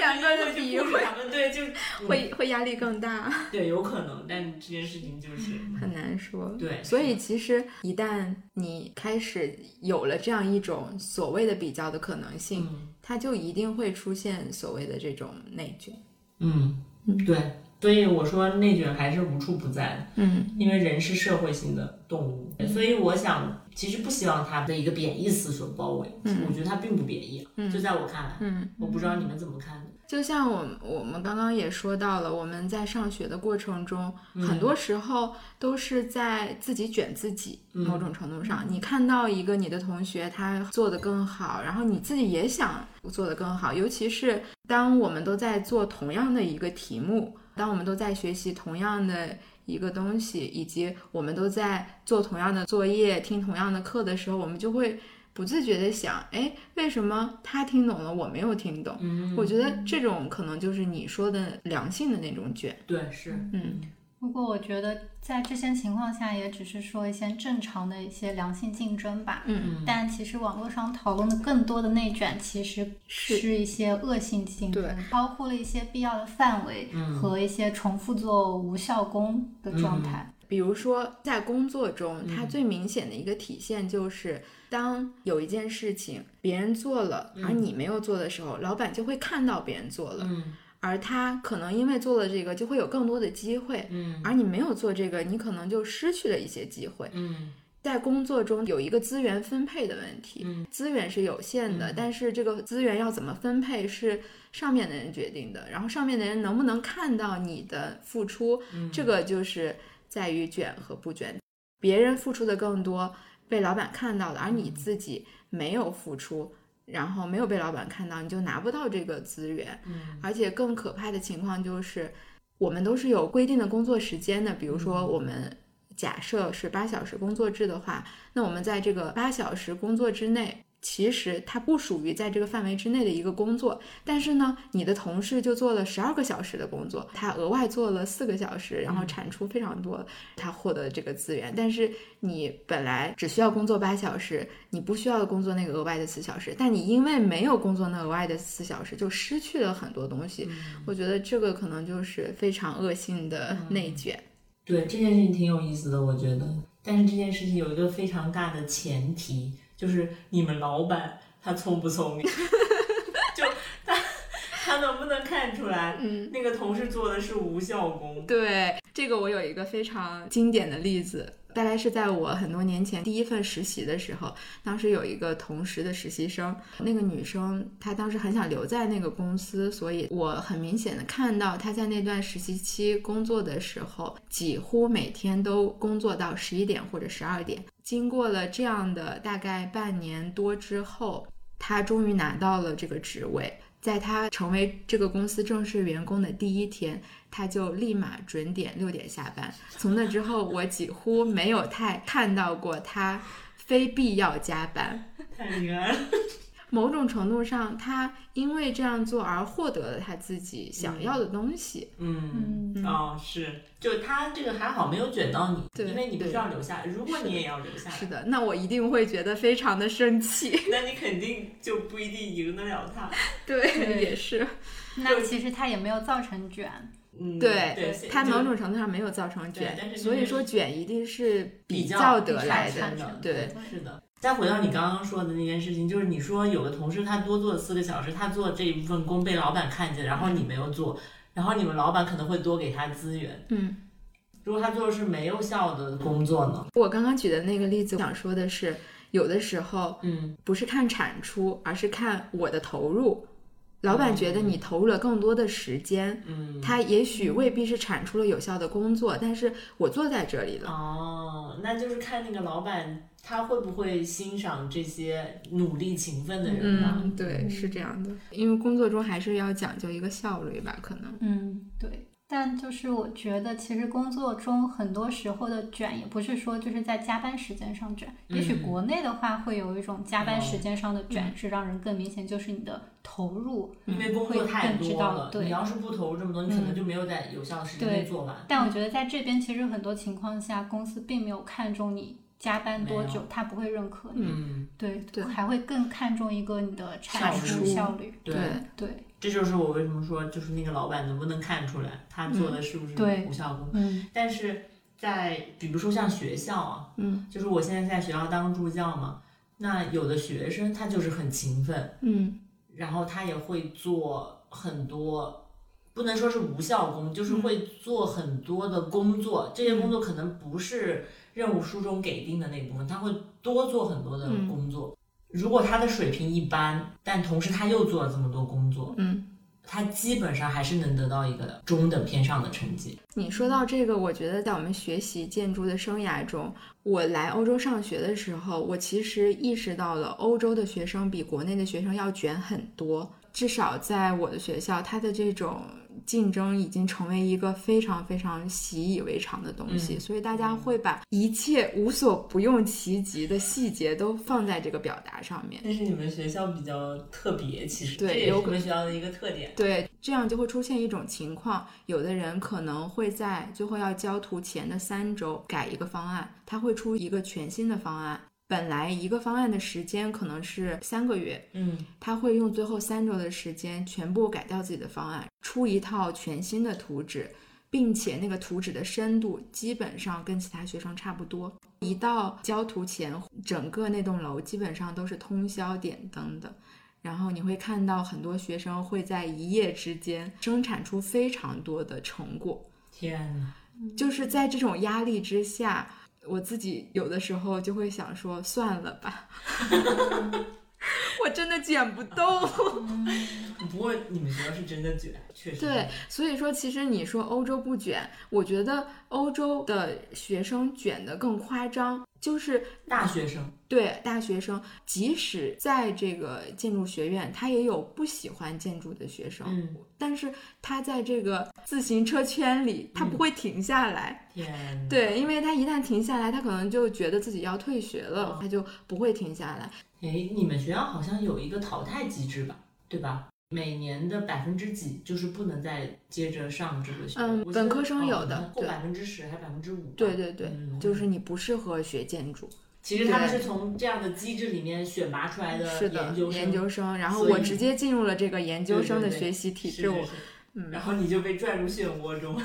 Speaker 2: 嗯两 个人
Speaker 3: 就
Speaker 2: 比
Speaker 3: 不是他们对，就嗯
Speaker 2: 会会压力更大，
Speaker 3: 对，有可能。但这件事情就是
Speaker 2: 很难说。
Speaker 3: 对，
Speaker 2: 嗯所以其实一旦你开始有了这样一种所谓的比较的可能性，
Speaker 3: 嗯
Speaker 2: 它就一定会出现所谓的这种内卷。
Speaker 3: 嗯
Speaker 2: 嗯
Speaker 3: 对，所以我说内卷还是无处不在的，
Speaker 2: 嗯
Speaker 3: 因为人是社会性的动物，所以我想其实不希望它被一个贬义词所包围。
Speaker 2: 嗯
Speaker 3: 我觉得它并不贬义，啊
Speaker 2: 嗯
Speaker 3: 就在我看来，
Speaker 2: 嗯，
Speaker 3: 我不知道你们怎么看。
Speaker 2: 就像我们我们刚刚也说到了，我们在上学的过程中，很多时候都是在自己卷自己。
Speaker 3: 嗯
Speaker 2: 某种程度上，你看到一个你的同学他做得更好，然后你自己也想做得更好，尤其是当我们都在做同样的一个题目，当我们都在学习同样的。一个东西，以及我们都在做同样的作业、听同样的课的时候，我们就会不自觉的想：哎，为什么他听懂了，我没有听懂？
Speaker 3: 嗯，
Speaker 2: 我觉得这种可能就是你说的良性的那种卷，
Speaker 3: 对是，
Speaker 2: 嗯
Speaker 1: 不过我觉得在这些情况下，也只是说一些正常的一些良性竞争吧。
Speaker 2: 嗯，
Speaker 3: 嗯
Speaker 1: 但其实网络上讨论的更多的内卷，其实
Speaker 2: 是
Speaker 1: 是一些恶性竞
Speaker 2: 对
Speaker 1: 争，超乎了一些必要的范围
Speaker 3: 嗯
Speaker 1: 和一些重复做无效工的状态。
Speaker 2: 比如说在工作中，它
Speaker 3: 嗯
Speaker 2: 最明显的一个体现就是，当有一件事情别人做了，而
Speaker 3: 嗯
Speaker 2: 你没有做的时候，老板就会看到别人做了，
Speaker 3: 嗯
Speaker 2: 而他可能因为做了这个，就会有更多的机会，
Speaker 3: 嗯
Speaker 2: 而你没有做这个，你可能就失去了一些机会。
Speaker 3: 嗯
Speaker 2: 在工作中有一个资源分配的问题，
Speaker 3: 嗯
Speaker 2: 资源是有限的，
Speaker 3: 嗯
Speaker 2: 但是这个资源要怎么分配是上面的人决定的，然后上面的人能不能看到你的付出，
Speaker 3: 嗯，
Speaker 2: 这个就是在于卷和不卷，别人付出的更多，被老板看到了，而
Speaker 3: 嗯
Speaker 2: 你自己没有付出，然后没有被老板看到，你就拿不到这个资源，
Speaker 3: 嗯
Speaker 2: 而且更
Speaker 3: 嗯
Speaker 2: 可怕的情况就是，我们都是有规定的工作时间的，比如说我们假设是八小时工作制的话，那我们在这个八小时工作之内，其实它不属于在这个范围之内的一个工作，但是呢，你的同事就做了十二个小时的工作，他额外做了四个小时，然后产出非常多，他获得这个资源，但是你本来只需要工作八小时，你不需要工作那个额外的四小时，但你因为没有工作那额外的四小时，就失去了很多东西。我觉得这个可能就是非常恶性的内卷。
Speaker 3: 对这件事情挺有意思的，我觉得。但是这件事情有一个非常大的前提，就是你们老板他聪不聪明， 就他他能不能看出来
Speaker 2: 嗯，
Speaker 3: 那个同事做的是无效工？
Speaker 2: 对，这个我有一个非常经典的例子。大概是在我很多年前第一份实习的时候，当时有一个同时的实习生，那个女生她当时很想留在那个公司，所以我很明显的看到她在那段实习期工作的时候，几乎每天都工作到十一点或者十二点。经过了这样的大概半年多之后，她终于拿到了这个职位。在她成为这个公司正式员工的第一天，他就立马准点六点下班。从那之后，我几乎没有太看到过他非必要加班。
Speaker 3: 太厉害了！
Speaker 2: 某种程度上，他因为这样做而获得了他自己想要的东西。
Speaker 3: 嗯，
Speaker 1: 嗯，
Speaker 3: 哦，是，就他这个还好没有卷到你，
Speaker 2: 对
Speaker 3: 因为你不
Speaker 2: 对
Speaker 3: 需要留下来。如果你也要留下
Speaker 2: 是
Speaker 3: 来，
Speaker 2: 的，那我一定会觉得非常的生 气。
Speaker 3: 那你肯定就不一定赢得了他。
Speaker 2: 对，
Speaker 1: 对
Speaker 2: 也是，
Speaker 1: 嗯那其实它也没有造成卷，
Speaker 3: 嗯，
Speaker 2: 对
Speaker 3: 对，
Speaker 2: 他
Speaker 3: 就
Speaker 2: 某种程度上没有造成
Speaker 3: 对但
Speaker 2: 卷，
Speaker 3: 是
Speaker 2: 所以
Speaker 3: 就是
Speaker 2: 说卷一定是
Speaker 3: 比
Speaker 2: 比
Speaker 3: 较
Speaker 2: 较得
Speaker 3: 比
Speaker 2: 来
Speaker 3: 较产
Speaker 2: 的。
Speaker 3: 生的
Speaker 2: 对
Speaker 3: 是的。再回到你刚刚说的那件事情，就是你说有个同事他多做了四个小时，他做这一部分工被老板看见，然后你没有做，然后你们老板可能会多给他资源。
Speaker 2: 嗯，
Speaker 3: 如果他做的是没有效的工作呢？
Speaker 2: 我刚刚举的那个例子，想说的是，有的时候
Speaker 3: 嗯，
Speaker 2: 不是看产出，而是看我的投入。老板觉得你投入了更多的时间，
Speaker 3: 嗯，
Speaker 2: 他也许未必是产出了有效的工作，但是我坐在这里了。
Speaker 3: 哦，那就是看那个老板他会不会欣赏这些努力勤奋的人吧。
Speaker 2: 嗯，对，是这样的，因为工作中还是要讲究一个效率吧，可能。
Speaker 1: 嗯，对。但就是我觉得，其实工作中很多时候的卷，也不是说就是在加班时间上卷。也许
Speaker 3: 嗯
Speaker 1: 国内的话，会有一种加班时间上的
Speaker 2: 哦
Speaker 1: 卷，是让人更明显，就是你的投入。
Speaker 3: 因为工作
Speaker 1: 嗯会
Speaker 3: 太
Speaker 1: 更
Speaker 3: 多
Speaker 1: 知道
Speaker 3: 了，
Speaker 1: 对嗯
Speaker 3: 你要是不投入这么多，你可能就没有在有效的时间内
Speaker 1: 对
Speaker 3: 做完。
Speaker 1: 但我觉得在这边，其实很多情况下，公司并没有看重你加班多
Speaker 3: 没
Speaker 1: 久，他不会认可你。
Speaker 3: 嗯，
Speaker 1: 对
Speaker 2: 对
Speaker 1: 还会更看重一个你的产
Speaker 3: 产
Speaker 1: 出
Speaker 2: 出
Speaker 1: 效率。
Speaker 3: 对。
Speaker 1: 对，
Speaker 3: 这就是我为什么说，就是那个老板能不能看出来他做的是不
Speaker 1: 嗯
Speaker 3: 是
Speaker 1: 对
Speaker 3: 无效工作。
Speaker 1: 嗯
Speaker 3: 但是在比如说像学校啊，
Speaker 2: 嗯
Speaker 3: 就是我现在在学校当助教嘛，那有的学生他就是很勤奋，
Speaker 2: 嗯
Speaker 3: 然后他也会做很多。不能说是无效工，就是
Speaker 2: 嗯
Speaker 3: 会做很多的工作，这些工作可能不是任务书中给定的那部分，他会多做很多的
Speaker 2: 嗯
Speaker 3: 工作。如果他的水平一般，但同时他又做了这么多工作，
Speaker 2: 嗯。
Speaker 3: 他基本上还是能得到一个中等偏上的成绩。
Speaker 2: 你说到这个，我觉得在我们学习建筑的生涯中，我来欧洲上学的时候，我其实意识到了欧洲的学生比国内的学生要卷很多。至少在我的学校，它的这种竞争已经成为一个非常非常习以为常的东西，
Speaker 3: 嗯
Speaker 2: 所以大家会把一切无所不用其极的细节都放在这个表达上面。
Speaker 3: 但是你们学校比较特别，其实
Speaker 2: 对
Speaker 3: 这也是
Speaker 2: 有
Speaker 3: 你们学校的一个特点。
Speaker 2: 对，这样就会出现一种情况，有的人可能会在最后要交图前的三周改一个方案，他会出一个全新的方案。本来一个方案的时间可能是三个月，
Speaker 3: 嗯，
Speaker 2: 他会用最后三周的时间全部改掉自己的方案，出一套全新的图纸，并且那个图纸的深度基本上跟其他学生差不多。一到交图前，整个那栋楼基本上都是通宵点灯的。然后你会看到很多学生会在一夜之间生产出非常多的成果，
Speaker 3: 天啊哪，
Speaker 2: 就是在这种压力之下，我自己有的时候就会想说，算了吧， 我真的卷不动。
Speaker 3: 不过你们学校是真的卷，确实
Speaker 2: 对，所以说其实你说欧洲不卷，我觉得欧洲的学生卷得更夸张。就是
Speaker 3: 大学生，
Speaker 2: 对大学生，即使在这个建筑学院，他也有不喜欢建筑的学生，
Speaker 3: 嗯，
Speaker 2: 但是他在这个自行车圈里，他不
Speaker 3: 嗯
Speaker 2: 会停下来。
Speaker 3: 天呐，
Speaker 2: 对，因为他一旦停下来，他可能就觉得自己要退学了，
Speaker 3: 嗯
Speaker 2: 他就不会停下来。
Speaker 3: 哎，你们学校好像有一个淘汰机制吧，对吧？每年的百分之几就是不能再接着上这个学。
Speaker 2: 嗯
Speaker 3: 我记得
Speaker 2: 本科生
Speaker 3: 哦
Speaker 2: 有的
Speaker 3: 好像够
Speaker 2: 对
Speaker 3: 百分之十还是百分之五？
Speaker 2: 对对对，
Speaker 3: 嗯
Speaker 2: 就是你不适合学建筑，
Speaker 3: 其实他们是从这样的机制里面选拔出来
Speaker 2: 是
Speaker 3: 研
Speaker 2: 的，
Speaker 3: 究
Speaker 2: 研
Speaker 3: 生。
Speaker 2: 究生。然后
Speaker 3: 所
Speaker 2: 我
Speaker 3: 以
Speaker 2: 直接进入了这个研究生的
Speaker 3: 对对对
Speaker 2: 学习体
Speaker 3: 是
Speaker 2: 制，我
Speaker 3: 是是
Speaker 2: 嗯
Speaker 3: 然后你就被拽入漩涡中，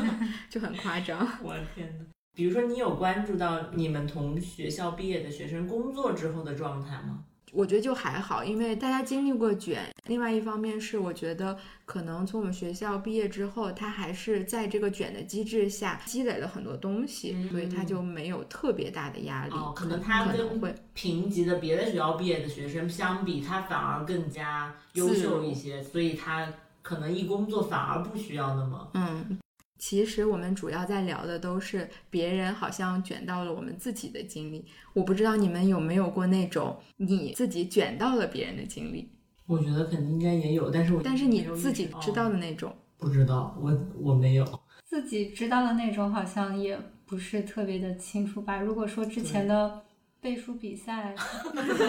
Speaker 2: 就很夸张。
Speaker 3: 我的天呐。比如说，你有关注到你们同学校毕业的学生工作之后的状态吗？
Speaker 2: 我觉得就还好，因为大家经历过卷。另外一方面是，我觉得可能从我们学校毕业之后，他还是在这个卷的机制下积累了很多东西，
Speaker 3: 嗯
Speaker 2: 所以他就没有特别大的压力。
Speaker 3: 哦可
Speaker 2: 可
Speaker 3: 能他
Speaker 2: 可能
Speaker 3: 跟
Speaker 2: 会
Speaker 3: 评级的别的学校毕业的学生相比，他反而更加优秀一些，所以他可能一工作反而不需要那么。
Speaker 2: 嗯，其实我们主要在聊的都是别人好像卷到了我们自己的经历。我不知道你们有没有过那种你自己卷到了别人的经历，
Speaker 3: 我觉得肯定应该也有，但是我
Speaker 2: 但是你自己知道
Speaker 3: 哦
Speaker 2: 的那种。
Speaker 3: 不知道？我我没有。
Speaker 1: 自己知道的那种好像也不是特别的清楚吧。如果说之前的背书比赛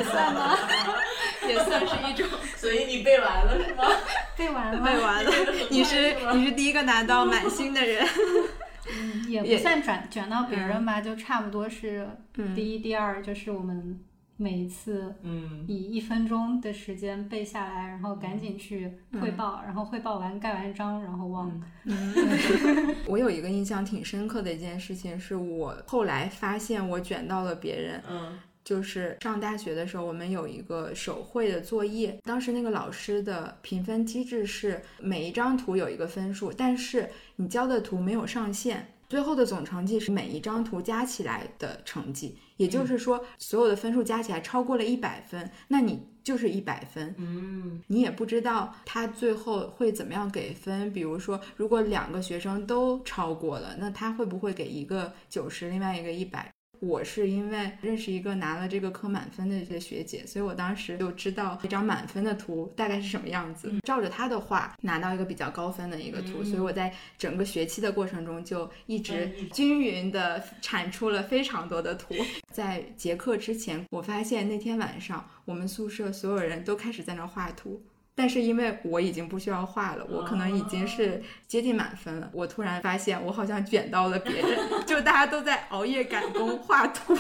Speaker 1: 算吗？
Speaker 2: 也算是一种
Speaker 3: 所以你背完了是吗？
Speaker 1: 背完了，
Speaker 2: 背哦完了， 你是你是第一个拿到满星的人，
Speaker 1: 嗯也
Speaker 2: 也
Speaker 1: 不算转卷到别人吧，就差不多是
Speaker 2: 嗯，
Speaker 1: 第一、第二，就是我们每一次
Speaker 3: 嗯，
Speaker 1: 以一分钟的时间背下来，然后
Speaker 2: 嗯
Speaker 1: 赶紧去汇报，然后汇报完盖完章，然后忘
Speaker 2: 嗯
Speaker 1: 了。
Speaker 2: 我有一个印象挺深刻的一件事情，是我后来发现我卷到了别人，
Speaker 3: 嗯
Speaker 2: 就是上大学的时候，我们有一个手绘的作业，当时那个老师的评分机制是每一张图有一个分数，但是你交的图没有上限。最后的总成绩是每一张图加起来的成绩，也就是说，所有的分数加起来超过了一百分，那你就是一百分。
Speaker 3: 嗯
Speaker 2: 你也不知道他最后会怎么样给分。比如说，如果两个学生都超过了，那他会不会给一个九十，另外一个一百？我是因为认识一个拿了这个科满分的一个学姐，所以我当时就知道一张满分的图大概是什么样子，照着她的话拿到一个比较高分的一个图，
Speaker 3: 嗯
Speaker 2: 所以我在整个学期的过程中就一直
Speaker 3: 嗯一直
Speaker 2: 均匀的产出了非常多的图。在结课之前，我发现那天晚上我们宿舍所有人都开始在那儿画图。但是因为我已经不需要画了，我可能已经是接近满分了。我突然发现，我好像卷到了别人，就大家都在熬夜赶工画图。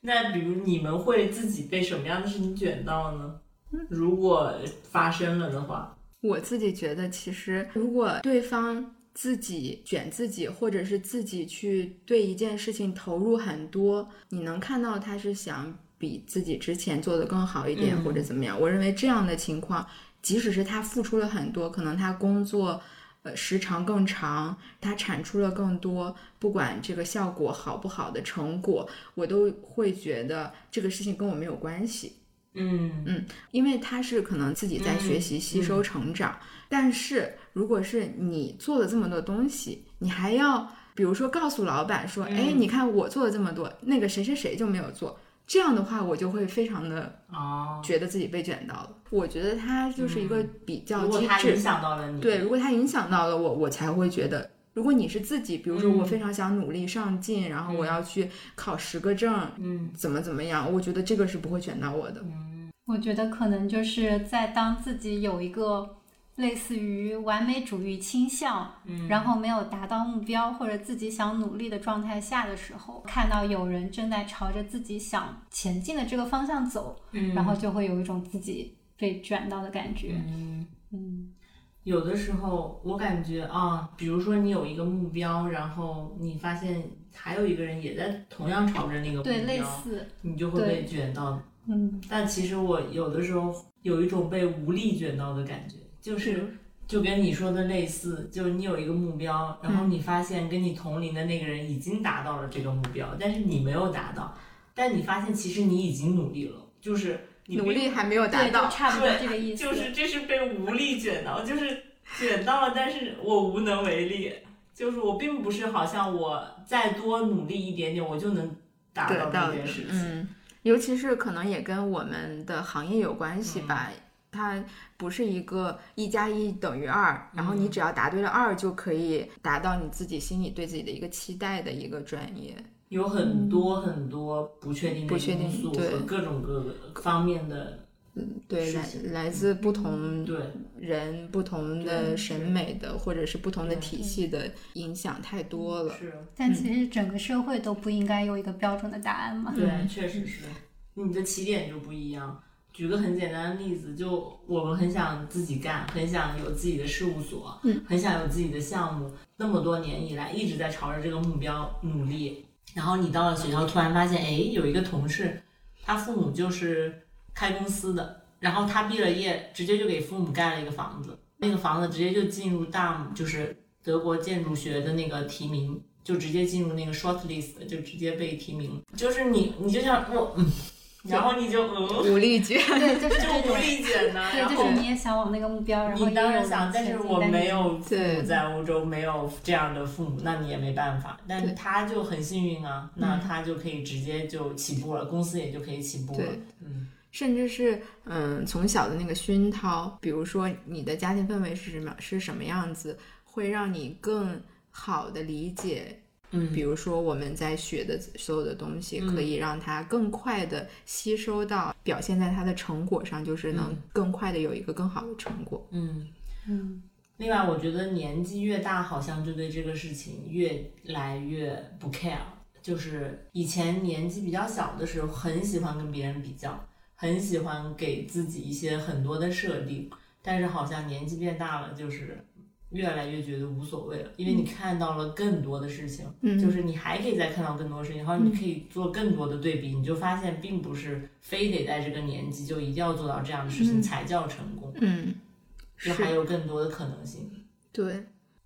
Speaker 3: 那比如你们会自己被什么样的事情卷到呢？如果发生了的话，
Speaker 2: 我自己觉得，其实如果对方自己卷自己，或者是自己去对一件事情投入很多，你能看到他是想比自己之前做的更好一点，
Speaker 3: 嗯
Speaker 2: 或者怎么样。我认为这样的情况，即使是他付出了很多，可能他工作。呃，时长更长，他产出了更多，不管这个效果好不好的成果，我都会觉得这个事情跟我没有关系。
Speaker 3: 嗯
Speaker 2: 因为他是可能自己在学习、
Speaker 3: 嗯
Speaker 2: 吸收、成长。但是如果是你做了这么多东西，你还要比如说告诉老板说：“
Speaker 3: 嗯
Speaker 2: 哎、你看我做了这么多，那个谁谁谁就没有做。”这样的话，我就会非常的
Speaker 3: 哦，
Speaker 2: 觉得自己被卷到了。我觉得他就是一个比较
Speaker 3: 嗯如果
Speaker 2: 机
Speaker 3: 他影
Speaker 2: 制，
Speaker 3: 响到了你，
Speaker 2: 对，如果他影响到了我，我才会觉得。如果你是自己，比如说
Speaker 3: 嗯
Speaker 2: 我非常想努力上进，然后我要去考十个证，
Speaker 3: 嗯
Speaker 2: 怎么怎么样，我觉得这个是不会卷到我的。
Speaker 3: 嗯
Speaker 1: 我觉得可能就是在当自己有一个类似于完美主义倾向，
Speaker 3: 嗯，
Speaker 1: 然后没有达到目标或者自己想努力的状态下的时候，看到有人正在朝着自己想前进的这个方向走，
Speaker 3: 嗯
Speaker 1: 然后就会有一种自己被卷到的感觉。
Speaker 3: 嗯。
Speaker 1: 嗯，
Speaker 3: 有的时候我感觉啊，比如说你有一个目标，然后你发现还有一个人也在同样朝着那个目标，
Speaker 1: 对，类似，
Speaker 3: 你就会
Speaker 1: 对
Speaker 3: 被卷到。
Speaker 1: 嗯，
Speaker 3: 但其实我有的时候有一种被无力卷到的感觉，就是
Speaker 2: 嗯
Speaker 3: 就跟你说的类似，就是你有一个目标，然
Speaker 1: 嗯
Speaker 3: 后你发现跟你同龄的那个人已经达到了这个目标，但是你没有达到，但你发现其实你已经努力了，就是你
Speaker 2: 努
Speaker 3: 并
Speaker 2: 力还没有达
Speaker 1: 对，
Speaker 2: 到
Speaker 1: 就，差不多这个意思。
Speaker 3: 就是这是被无力卷到，就是卷到了，但是我无能为力。就是我并不是好像我再多努力一点点，我就能达
Speaker 2: 得
Speaker 3: 到
Speaker 2: 到
Speaker 3: 这
Speaker 2: 的
Speaker 3: 件事情。
Speaker 2: 嗯，尤其是可能也跟我们的行业有关系
Speaker 3: 嗯
Speaker 2: 吧。它不是一个一加一等于二，然后
Speaker 3: 嗯
Speaker 2: 你只要答对了二就可以达到你自己心里对自己的一个期待的一个专业。
Speaker 3: 有很多很多不确定
Speaker 2: 嗯
Speaker 3: 的
Speaker 2: 不确定
Speaker 3: 因素
Speaker 2: 对
Speaker 3: 和各种各个方面的
Speaker 2: 对，
Speaker 3: 是
Speaker 2: 来
Speaker 3: 是
Speaker 2: 来自不同
Speaker 3: 对，
Speaker 2: 人、不同的
Speaker 3: 对
Speaker 2: 审
Speaker 3: 是
Speaker 2: 美的，或者是不同的
Speaker 3: 对
Speaker 2: 体系的影响太多了。
Speaker 3: 是，
Speaker 1: 但其实整个社会都不应该有一个标准的答案嘛。
Speaker 3: 对，确实是，你的起点就不一样。举个很简单的例子，就我们很想自己干，很想有自己的事务所，
Speaker 2: 嗯，
Speaker 3: 很想有自己的项目。那么多年以来，一直在朝着这个目标努力。然后你到了学校，突然发现，哎，有一个同事，他父母就是开公司的，然后他毕了业，直接就给父母盖了一个房子，那个房子直接就进入大姆，就是德国建筑学的那个提名，就直接进入那个 short list，就直接被提名。就是你，你就像我， 嗯，然后你就嗯，
Speaker 2: 无力觉，
Speaker 1: 对，就是这
Speaker 3: 就
Speaker 1: 种
Speaker 3: 无。力解呢，然
Speaker 1: 对，就
Speaker 3: 后
Speaker 1: 是。你也想往那个目标，然后
Speaker 3: 你当
Speaker 1: 也
Speaker 3: 然
Speaker 1: 有
Speaker 3: 想，但是
Speaker 1: 前进
Speaker 3: 我没。
Speaker 1: 但
Speaker 3: 有父
Speaker 2: 对
Speaker 3: 母在欧洲，没有这样的父母，那你也没办法。但
Speaker 2: 对
Speaker 3: 他就很幸运啊，那
Speaker 2: 嗯
Speaker 3: 他就可以直接就起步了，公司也就可以起步了
Speaker 2: 对。
Speaker 3: 嗯，
Speaker 2: 甚至是嗯，从小的那个熏陶，比如说你的家庭氛围是什么是什么样子，会让你更好的理解。
Speaker 3: 嗯
Speaker 2: 比如说我们在学的所有的东西，
Speaker 3: 嗯
Speaker 2: 可以让它更快的吸收到，表现在它的成果上，就是能
Speaker 3: 嗯
Speaker 2: 更快的有一个更好的成果。
Speaker 3: 嗯，
Speaker 1: 嗯，
Speaker 3: 另外，我觉得年纪越大，好像就对这个事情越来越不 care。就是以前年纪比较小的时候，很喜欢跟别人比较，很喜欢给自己一些很多的设定，但是好像年纪变大了，就是越来越觉得无所谓了，因为你看到了更多的事情，
Speaker 2: 嗯
Speaker 3: 就是你还可以再看到更多事情，然后你可以做更多的对比，你就发现并不是非得在这个年纪就一定要做到这样的事情
Speaker 1: 嗯
Speaker 3: 才叫成功，
Speaker 2: 嗯，
Speaker 3: 就是还有更多的可能性。
Speaker 2: 对，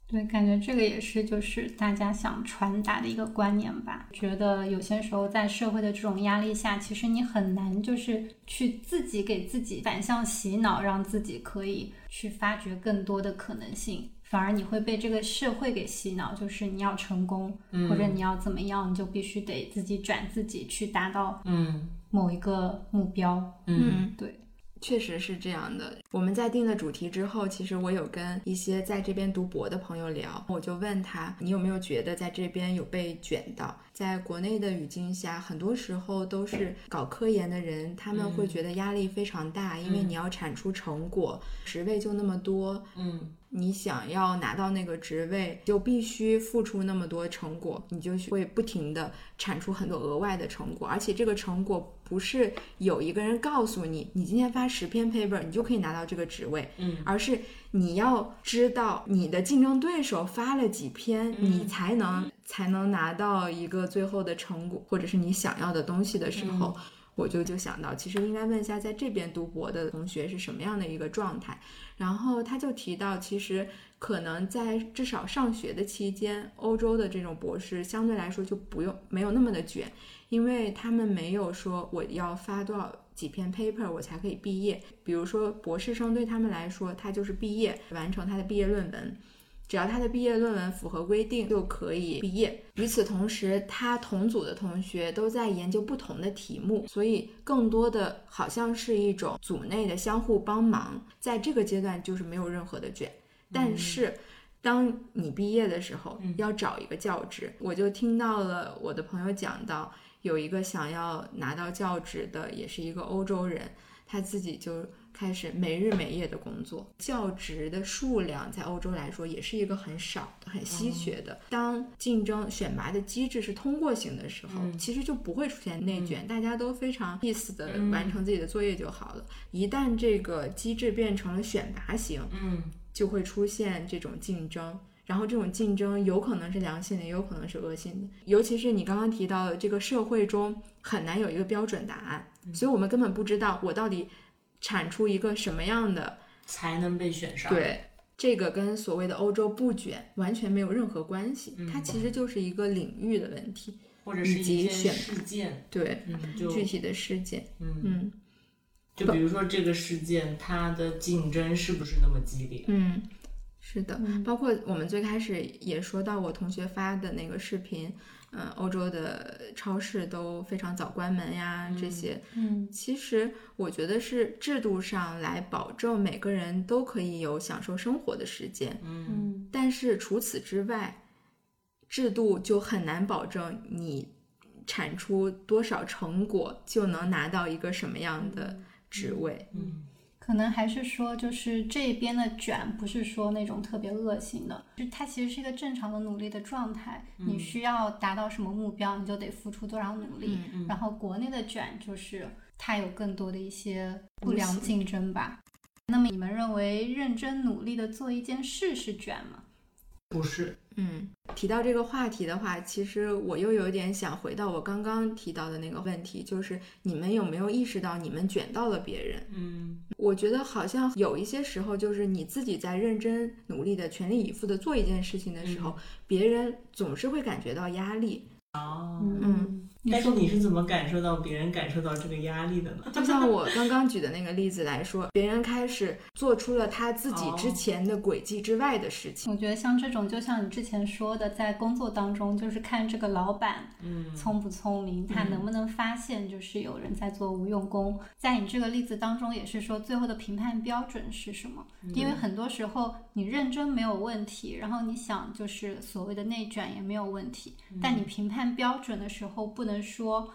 Speaker 1: 对，感觉这个也是就是大家想传达的一个观念吧。觉得有些时候在社会的这种压力下，其实你很难就是去自己给自己反向洗脑，让自己可以去发掘更多的可能性。反而你会被这个社会给洗脑，就是你要成功，
Speaker 3: 嗯
Speaker 1: 或者你要怎么样，你就必须得自己转自己去达到
Speaker 3: 嗯
Speaker 1: 某一个目标。
Speaker 3: 嗯
Speaker 1: 对，
Speaker 2: 确实是这样的。我们在定了主题之后，其实我有跟一些在这边读博的朋友聊，我就问他，你有没有觉得在这边有被卷到？在国内的语境下，很多时候都是搞科研的人，他们会觉得压力非常大，因为你要产出成果，职位就那么多，
Speaker 3: 嗯
Speaker 2: 你想要拿到那个职位，就必须付出那么多成果，你就会不停的产出很多额外的成果，而且这个成果不是有一个人告诉你，你今天发十篇 paper，你就可以拿到这个职位，
Speaker 3: 嗯
Speaker 2: 而是你要知道你的竞争对手发了几篇，
Speaker 3: 嗯
Speaker 2: 你才能才能拿到一个最后的成果，或者是你想要的东西的时
Speaker 3: 嗯
Speaker 2: 候。我就就想到，其实应该问一下，在这边读博的同学是什么样的一个状态。然后他就提到，其实可能在至少上学的期间，欧洲的这种博士相对来说就不用没有那么的卷，因为他们没有说我要发多少几篇 paper 我才可以毕业。比如说博士生对他们来说，他就是毕业完成他的毕业论文。只要他的毕业论文符合规定，就可以毕业。与此同时，他同组的同学都在研究不同的题目，所以更多的好像是一种组内的相互帮忙。在这个阶段，就是没有任何的卷。但是，当你毕业的时候，要找一个教职，我就听到了我的朋友讲到，有一个想要拿到教职的，也是一个欧洲人，他自己就开始没日没夜的工作。教职的数量在欧洲来说也是一个很少的、很稀缺的。当竞争选拔的机制是通过型的时候，其实就不会出现内卷，大家都非常 peace 的完成自己的作业就好了。一旦这个机制变成了选拔型，
Speaker 3: 嗯
Speaker 2: 就会出现这种竞争。然后这种竞争有可能是良性的，也有可能是恶性的。尤其是你刚刚提到的，这个社会中很难有一个标准答案，所以我们根本不知道我到底产出一个什么样的。
Speaker 3: 才能被选上。，
Speaker 2: 对，这个跟所谓的欧洲不卷完全没有任何关系，它其实就是一个领域的问题，
Speaker 3: 或者是
Speaker 2: 以
Speaker 3: 一
Speaker 2: 及
Speaker 3: 件
Speaker 2: 选
Speaker 3: 事件，
Speaker 2: 对
Speaker 3: 嗯，就
Speaker 2: 具体的事件。
Speaker 3: 嗯，
Speaker 2: 嗯
Speaker 3: 就比如说这个事件，它的竞争是不是那么激烈？
Speaker 2: 嗯，是的，
Speaker 1: 嗯
Speaker 2: 包括我们最开始也说到我同学发的那个视频，嗯、欧洲的超市都非常早关门呀，这
Speaker 3: 嗯
Speaker 2: 些
Speaker 1: 嗯
Speaker 2: 其实我觉得是制度上来保证每个人都可以有享受生活的时间，
Speaker 3: 嗯
Speaker 1: 嗯
Speaker 2: 但是除此之外，制度就很难保证你产出多少成果就能拿到一个什么样的职位。
Speaker 3: 嗯
Speaker 1: 可能还是说，就是这边的卷不是说那种特别恶性的，就是它其实是一个正常的努力的状态。
Speaker 2: 嗯
Speaker 1: 你需要达到什么目标，你就得付出多少努力。
Speaker 2: 嗯
Speaker 1: 然后国内的卷就是它有更多的一些不良竞争吧。那么你们认为认真努力的做一件事是卷吗？
Speaker 3: 不是，
Speaker 2: 嗯，提到这个话题的话，其实我又有点想回到我刚刚提到的那个问题，就是你们有没有意识到你们卷到了别人？
Speaker 3: 嗯
Speaker 2: 我觉得好像有一些时候，就是你自己在认真努力的、全力以赴的做一件事情的时候，别人总是会感觉到压力。
Speaker 3: 哦，
Speaker 2: 嗯，
Speaker 1: 你
Speaker 3: 但是
Speaker 1: 说
Speaker 3: 你是怎么感受到别人感受到这个压力的呢？
Speaker 2: 就像我刚刚举的那个例子来说，别人开始做出了他自己之
Speaker 3: 哦
Speaker 2: 前的轨迹之外的事情。
Speaker 1: 我觉得像这种，就像你之前说的，在工作当中，就是看这个老板
Speaker 3: 嗯
Speaker 1: 聪不聪明，他能不能发现就是有人在做无用功。在你这个例子当中，也是说最后的评判标准是什么？因为很多时候你认真没有问题，然后你想就是所谓的内卷也没有问题，但你评判标准的时候，不能说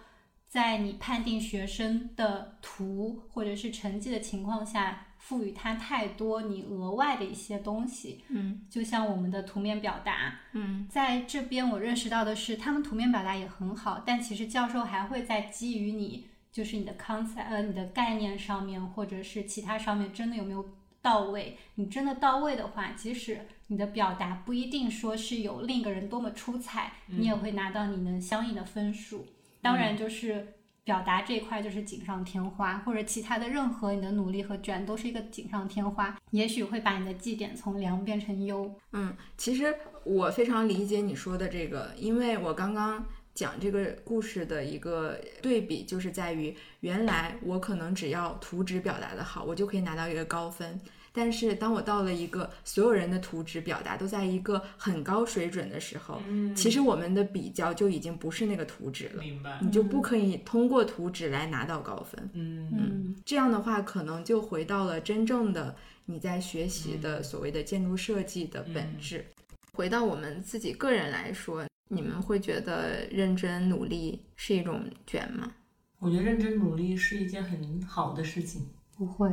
Speaker 1: 在你判定学生的图或者是成绩的情况下，赋予他太多你额外的一些东西。
Speaker 2: 嗯
Speaker 1: 就像我们的图面表达，
Speaker 2: 嗯
Speaker 1: 在这边我认识到的是，他们图面表达也很好，但其实教授还会在基于你就是你的 concept 呃你的概念上面，或者是其他上面真的有没有到位。你真的到位的话，即使你的表达不一定说是有另一个人多么出彩，你也会拿到你能相应的分数。当然就是。表达这一块就是锦上添花，或者其他的任何你的努力和卷都是一个锦上添花，也许会把你的绩点从良变成优。
Speaker 2: 嗯，其实我非常理解你说的这个，因为我刚刚。讲这个故事的一个对比，就是在于原来我可能只要图纸表达的好，我就可以拿到一个高分。但是当我到了一个所有人的图纸表达都在一个很高水准的时候，
Speaker 3: 嗯
Speaker 2: 其实我们的比较就已经不是那个图纸了，
Speaker 3: 明白，
Speaker 2: 你就不可以通过图纸来拿到高分。
Speaker 3: 嗯
Speaker 1: 嗯
Speaker 2: 这样的话，可能就回到了真正的你在学习的
Speaker 3: 嗯
Speaker 2: 所谓的建筑设计的本质。回到我们自己个人来说，你们会觉得认真努力是一种卷吗？
Speaker 3: 我觉得认真努力是一件很好的事情，
Speaker 1: 不会，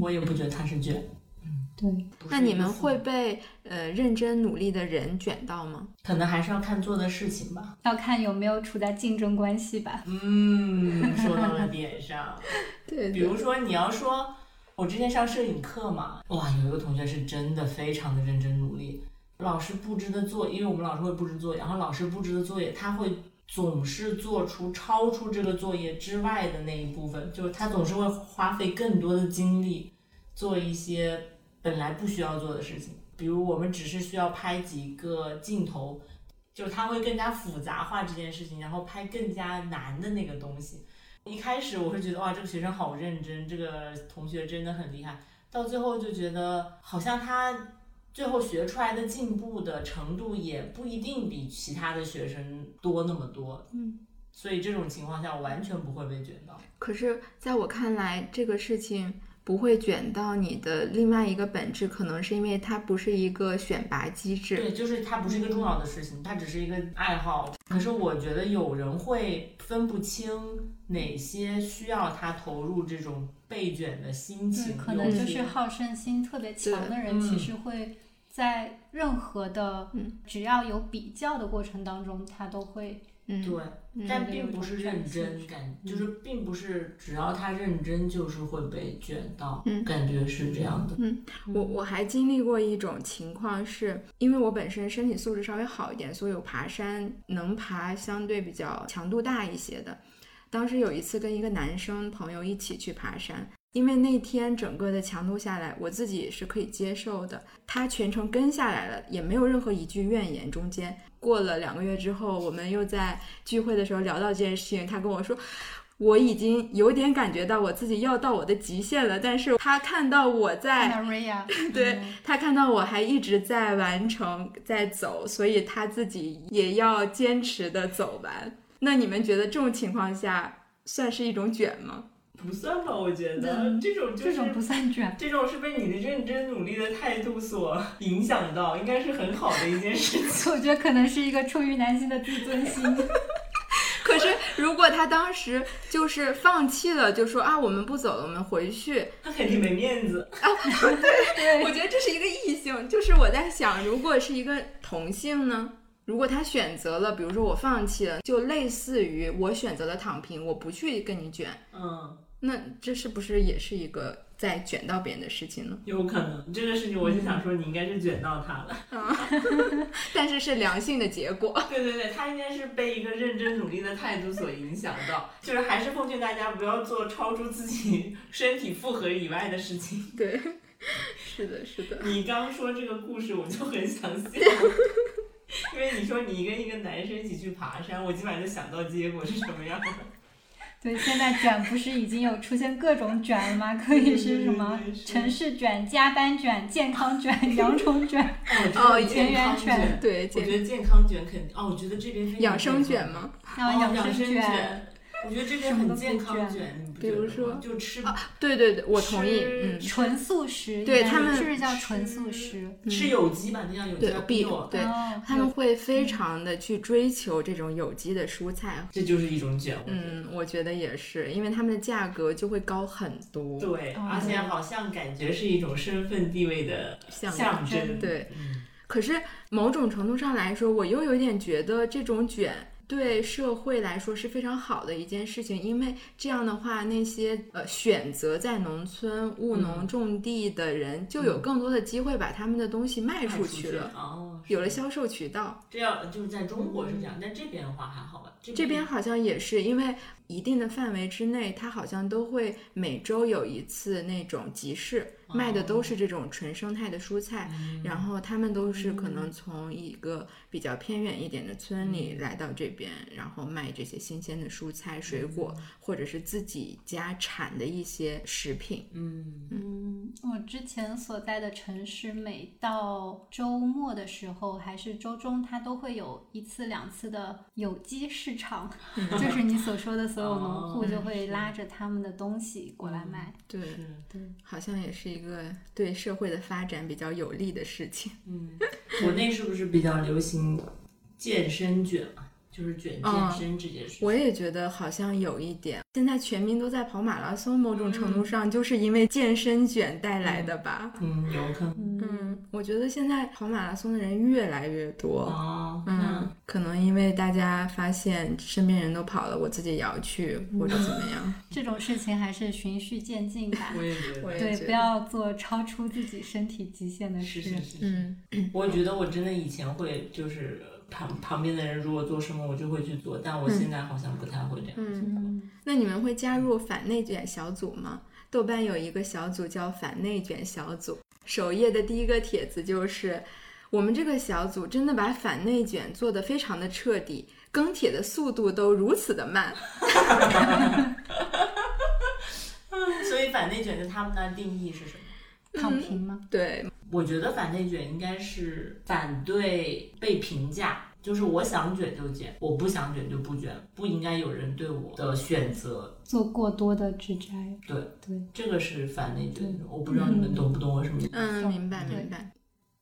Speaker 3: 我也不觉得它是卷。
Speaker 1: 对，
Speaker 3: 不
Speaker 2: 嗯
Speaker 3: 是
Speaker 2: 那
Speaker 3: 一个
Speaker 2: 你们
Speaker 3: 负
Speaker 2: 会被呃认真努力的人卷到吗？
Speaker 3: 可能还是要看做的事情吧。
Speaker 1: 要看有没有处在竞争关系吧。
Speaker 3: 嗯，说到了点上。
Speaker 2: 对
Speaker 3: 比如说，你要说，我之前上摄影课嘛，哇，有一个同学是真的非常的认真努力，老师布置的作业，因为我们老师会布置作业，然后老师布置的作业，他会总是做出超出这个作业之外的那一部分，就是他总是会花费更多的精力做一些本来不需要做的事情，比如我们只是需要拍几个镜头。就是他会更加复杂化这件事情，然后拍更加难的那个东西，一开始我会觉得哇，这个学生好认真，这个同学真的很厉害。到最后就觉得，好像他最后学出来的进步的程度也不一定比其他的学生多那么多。
Speaker 2: 嗯，
Speaker 3: 所以这种情况下完全不会被卷到。
Speaker 2: 可是在我看来，这个事情。不会卷到你的另外一个本质，可能是因为它不是一个选拔机制，
Speaker 3: 对，就是它不是一个重要的事情，它只是一个爱好。可是我觉得有人会分不清哪些需要他投入这种被卷的心情，
Speaker 1: 可能就
Speaker 3: 嗯有些
Speaker 1: 是好胜心特别强的人，
Speaker 3: 对嗯
Speaker 1: 其实会在任何的
Speaker 2: 嗯
Speaker 1: 只要有比较的过程当中，他都会
Speaker 2: 嗯，
Speaker 3: 对。
Speaker 2: 嗯
Speaker 3: 但
Speaker 1: 对
Speaker 3: 并不是认真感，就是并不是只要他认真就是会被卷到，
Speaker 2: 嗯
Speaker 3: 感觉是这样的。
Speaker 2: 我我还经历过一种情况是，因为我本身身体素质稍微好一点，所以我爬山能爬相对比较强度大一些的。当时有一次跟一个男生朋友一起去爬山，因为那天整个的强度下来，我自己是可以接受的。他全程跟下来了，也没有任何一句怨言。中间过了两个月之后，我们又在聚会的时候聊到这件事情，他跟我说。我已经有点感觉到我自己要到我的极限了，但是他看到我
Speaker 3: 哎
Speaker 2: 在，
Speaker 1: Maria，
Speaker 2: 对
Speaker 1: 嗯
Speaker 2: 他看到我还一直在完成，在走，所以他自己也要坚持的走完。那你们觉得这种情况下算是一种卷吗？
Speaker 3: 不算吧，我觉得
Speaker 1: 嗯
Speaker 3: 这种就
Speaker 1: 这
Speaker 3: 是
Speaker 1: 种不算卷。
Speaker 3: 这种是被你的认真努力的态度 所影响到，应该是很好的一件事 情。
Speaker 1: 我觉得可能是一个出于男性的自尊心，
Speaker 2: 可是如果他当时就是放弃了，就说啊我们不走了，我们回去，
Speaker 3: 他肯定没面子，
Speaker 1: 对，
Speaker 2: 我觉得这是一个异性，就是我在想，如果是一个同性呢？如果他选择了，比如说我放弃了，就类似于我选择了躺平，我不去跟你卷，
Speaker 3: 嗯，
Speaker 2: 那这是不是也是一个在卷到别人的事情呢？
Speaker 3: 有可能这个事情，我就想说你应该是卷到他了。
Speaker 2: 但是是良性的结果。
Speaker 3: 对对对，他应该是被一个认真努力的态度所影响到，就是还是奉劝大家不要做超出自己身体负荷以外的事情。
Speaker 2: 对，是的，是的。
Speaker 3: 你刚说这个故事，我就很想 笑。因为你说你跟一个男生一起去爬山，我基本上就想到结果是什么样的。
Speaker 1: 对，现在卷不是已经有出现各种卷了吗？可以是什么
Speaker 3: 对对对是
Speaker 1: 城市卷、加班卷、健康 卷、洋葱卷，
Speaker 3: 哦
Speaker 2: 哦
Speaker 1: 全员全
Speaker 2: 对，
Speaker 3: 我
Speaker 2: 这
Speaker 3: 觉得健康卷肯定哦，我觉得这边非常
Speaker 2: 养生卷
Speaker 3: 健康？
Speaker 2: 吗？
Speaker 1: 然后
Speaker 3: 哦
Speaker 1: 生
Speaker 3: 养
Speaker 1: 卷，
Speaker 3: 卷，我觉得这边很健康卷，你不觉得吗
Speaker 2: 比如说啊
Speaker 3: 就吃
Speaker 2: 对对对，我同意。
Speaker 3: 吃
Speaker 2: 嗯，
Speaker 1: 纯素食，
Speaker 2: 对
Speaker 1: 应该
Speaker 2: 他们
Speaker 1: 是不是叫纯素食？
Speaker 2: 嗯
Speaker 3: 吃有机吧，那叫有机
Speaker 2: 对
Speaker 3: 叫
Speaker 2: 必
Speaker 3: bio
Speaker 2: 对
Speaker 1: 哦
Speaker 2: 他们会非常的去追求这种有机的蔬菜。
Speaker 3: 这就是一种卷。我觉得，
Speaker 2: 嗯，我觉得也是，因为他们的价格就会高很多。
Speaker 3: 对，
Speaker 1: 哦
Speaker 3: 而且好像感觉是一种身份地位的
Speaker 2: 象征
Speaker 3: 象征。
Speaker 2: 对
Speaker 3: 嗯，
Speaker 2: 可是某种程度上来说，我又有点觉得这种卷对社会来说是非常好的一件事情，因为这样的话，那些呃选择在农村务农
Speaker 3: 嗯
Speaker 2: 种地的人，就有更多的机会把他们的东西嗯卖出去了，
Speaker 3: 哦，
Speaker 2: 有了
Speaker 3: 是
Speaker 2: 销售渠道。
Speaker 3: 这样就是在中国是这样，但这边的话还好吧？
Speaker 2: 这边好像也是，因为一定的范围之内，它好像都会每周有一次那种集市，卖的都是这种纯生态的蔬菜。然后他们都是可能从一个比较偏远一点的村里来到这边，然后卖这些新鲜的蔬菜、水果，或者是自己家产的一些食品。
Speaker 3: 嗯，
Speaker 1: 嗯，我之前所在的城市，每到周末的时候还是周中，它都会有一次两次的有机市 场，就是你所说的所有农户
Speaker 3: 哦
Speaker 1: 就会拉着他们的东西过来卖。
Speaker 2: 对，
Speaker 3: 是
Speaker 2: 好像也是一个对社会的发展比较有利的事情。
Speaker 3: 嗯，国内是不是比较流行健身卷啊？就是卷健身这件事情。
Speaker 2: 我也觉得好像有一点，现在全民都在跑马拉松，某种程
Speaker 1: 嗯
Speaker 2: 度上就是因为健身卷带来的吧。
Speaker 3: 嗯，有可能。
Speaker 1: 嗯，
Speaker 2: 嗯，我觉得现在跑马拉松的人越来越多。
Speaker 3: 哦，那
Speaker 2: 嗯，可能因为大家发现身边人都跑了，我自己也要去，或者怎么样。
Speaker 1: 这种事情还是循序渐进吧
Speaker 3: 。我也觉
Speaker 2: 我
Speaker 3: 得。
Speaker 2: 也
Speaker 1: 对
Speaker 2: 觉，得
Speaker 1: 不要做超出自己身体极限的
Speaker 3: 是
Speaker 1: 事。
Speaker 3: 是是，
Speaker 2: 嗯，
Speaker 3: 我觉得我真的以前会，就是旁旁边的人如果做什么，我就会去做，但我现在好像不太会这样。
Speaker 1: 嗯，
Speaker 2: 那你们会加入反内卷小组吗？豆瓣有一个小组叫反内卷小组，首页的第一个帖子就是我们这个小组真的把反内卷做得非常的彻底，更帖的速度都如此的慢。
Speaker 3: 所以反内卷在他们那定义是什么？
Speaker 1: 躺平吗？
Speaker 2: 对，
Speaker 3: 我觉得反内卷应该是反对被评价，就是我想卷就卷，我不想卷就不卷，不应该有人对我的选择。
Speaker 1: 做过多的指摘。
Speaker 3: 对
Speaker 1: 对。
Speaker 3: 这个是反内卷，我不知道你们懂不懂我什么意思。
Speaker 2: 嗯，
Speaker 1: 嗯
Speaker 2: 明白
Speaker 1: 对
Speaker 2: 明白。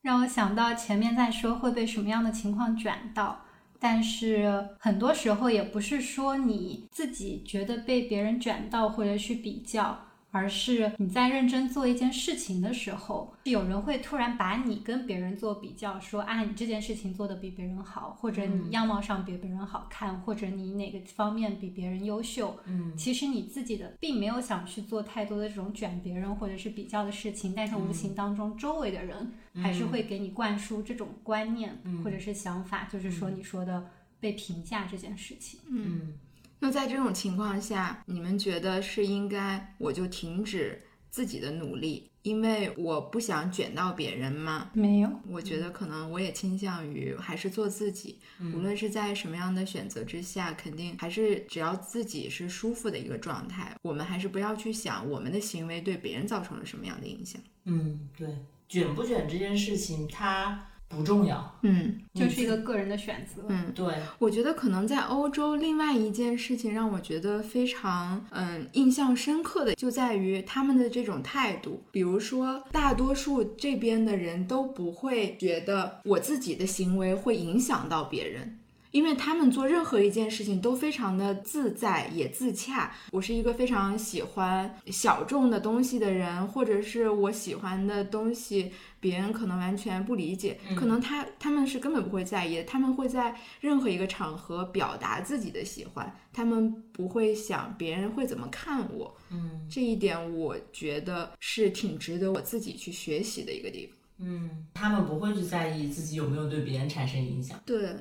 Speaker 1: 让我想到前面在说会被什么样的情况卷到，但是很多时候也不是说你自己觉得被别人卷到或者去比较，而是你在认真做一件事情的时候，有人会突然把你跟别人做比较，说啊你这件事情做得比别人好，或者你样貌上比别人好看，或者你哪个方面比别人优秀，
Speaker 3: 嗯
Speaker 1: 其实你自己的并没有想去做太多的这种卷别人或者是比较的事情，但是无形当中周围的人还是会给你灌输这种观念或者是想法，就是说你说的被评价这件事情。
Speaker 3: 嗯，
Speaker 2: 那在这种情况下，你们觉得是应该我就停止自己的努力，因为我不想卷到别人嘛。
Speaker 1: 没有，
Speaker 2: 我觉得可能我也倾向于还是做自己，无论是在什么样的选择之下，肯定还是只要自己是舒服的一个状态，我们还是不要去想我们的行为对别人造成了什么样的影响。
Speaker 3: 嗯，对，卷不卷这件事情它不重要，
Speaker 2: 嗯
Speaker 1: 就是一个个人的选择。
Speaker 2: 嗯，
Speaker 3: 对，
Speaker 2: 我觉得可能在欧洲，另外一件事情让我觉得非常嗯印象深刻的，就在于他们的这种态度。比如说，大多数这边的人都不会觉得我自己的行为会影响到别人。因为他们做任何一件事情都非常的自在，也自洽。我是一个非常喜欢小众的东西的人，或者是我喜欢的东西，别人可能完全不理解，可能他他们是根本不会在意的，他们会在任何一个场合表达自己的喜欢，他们不会想别人会怎么看我。
Speaker 3: 嗯
Speaker 2: 这一点我觉得是挺值得我自己去学习的一个地方。
Speaker 3: 嗯，他们不会去在意自己有没有对别人产生影响。
Speaker 2: 对。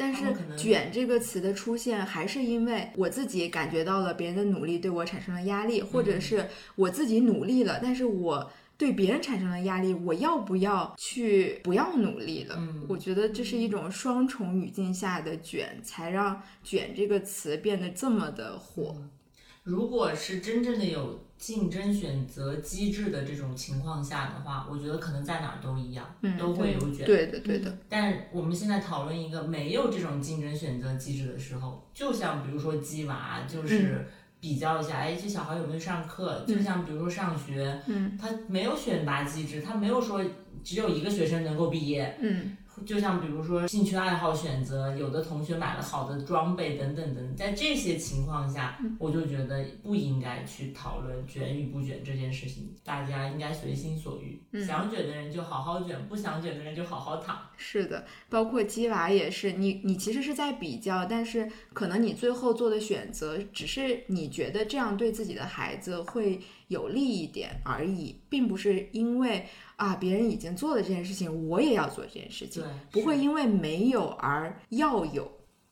Speaker 2: 但
Speaker 3: 他
Speaker 2: 是
Speaker 3: 们可
Speaker 2: “
Speaker 3: 能
Speaker 2: 卷”这个词的出现，还是因为我自己感觉到了别人的努力对我产生了压力，或
Speaker 3: 嗯
Speaker 2: 者是我自己努力了，但是我对别人产生了压力，我要不要去不要努力了？
Speaker 3: 嗯
Speaker 2: 我觉得这是一种双重语境下的“卷”，才让“卷”这个词变得这么的火。
Speaker 3: 嗯如果是真正的有竞争选择机制的这种情况下的话，我觉得可能在哪儿都一样，
Speaker 2: 嗯
Speaker 3: 都会有卷。
Speaker 2: 对的，对的，
Speaker 3: 但我们现在讨论一个没有这种竞争选择机制的时候，就像比如说鸡娃，
Speaker 2: 嗯
Speaker 3: 就是比较一下，哎，这小孩有没有上课？就像比如说上学，
Speaker 2: 嗯，
Speaker 3: 他没有选拔机制，他没有说只有一个学生能够毕业。
Speaker 2: 嗯
Speaker 3: 就像比如说兴趣爱好选择，有的同学买了好的装备等等等，在这些情况下，
Speaker 2: 嗯
Speaker 3: 我就觉得不应该去讨论卷与不卷这件事情，大家应该随心所欲，
Speaker 2: 嗯
Speaker 3: 想卷的人就好好卷，不想卷的人就好好躺。
Speaker 2: 是的，包括鸡娃也是，你你其实是在比较，但是可能你最后做的选择，只是你觉得这样对自己的孩子会有利一点而已，并不是因为啊别人已经做了这件事情，我也要做这件事情
Speaker 3: 对，
Speaker 2: 不会
Speaker 3: 是
Speaker 2: 因为没有而要有。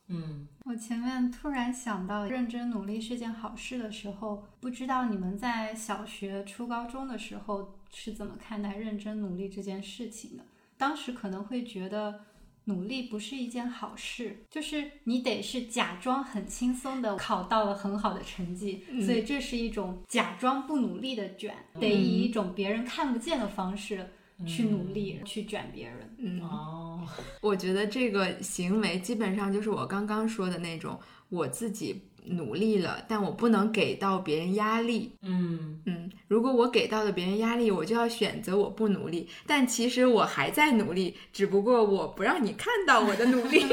Speaker 3: 嗯
Speaker 1: 我前面突然想到，认真努力是件好事的时候，不知道你们在小学、初高中的时候是怎么看待认真努力这件事情的？当时可能会觉得。努力不是一件好事，就是你得是假装很轻松的考到了很好的成绩，所以这是一种假装不努力的卷，得以一种别人看不见的方式去努力、去卷别人。
Speaker 3: 哦，
Speaker 2: 我觉得这个行为基本上就是我刚刚说的那种，我自己努力了，但我不能给到别人压力，
Speaker 3: 嗯，
Speaker 2: 嗯，如果我给到了别人压力，我就要选择我不努力，但其实我还在努力，只不过我不让你看到我的努力。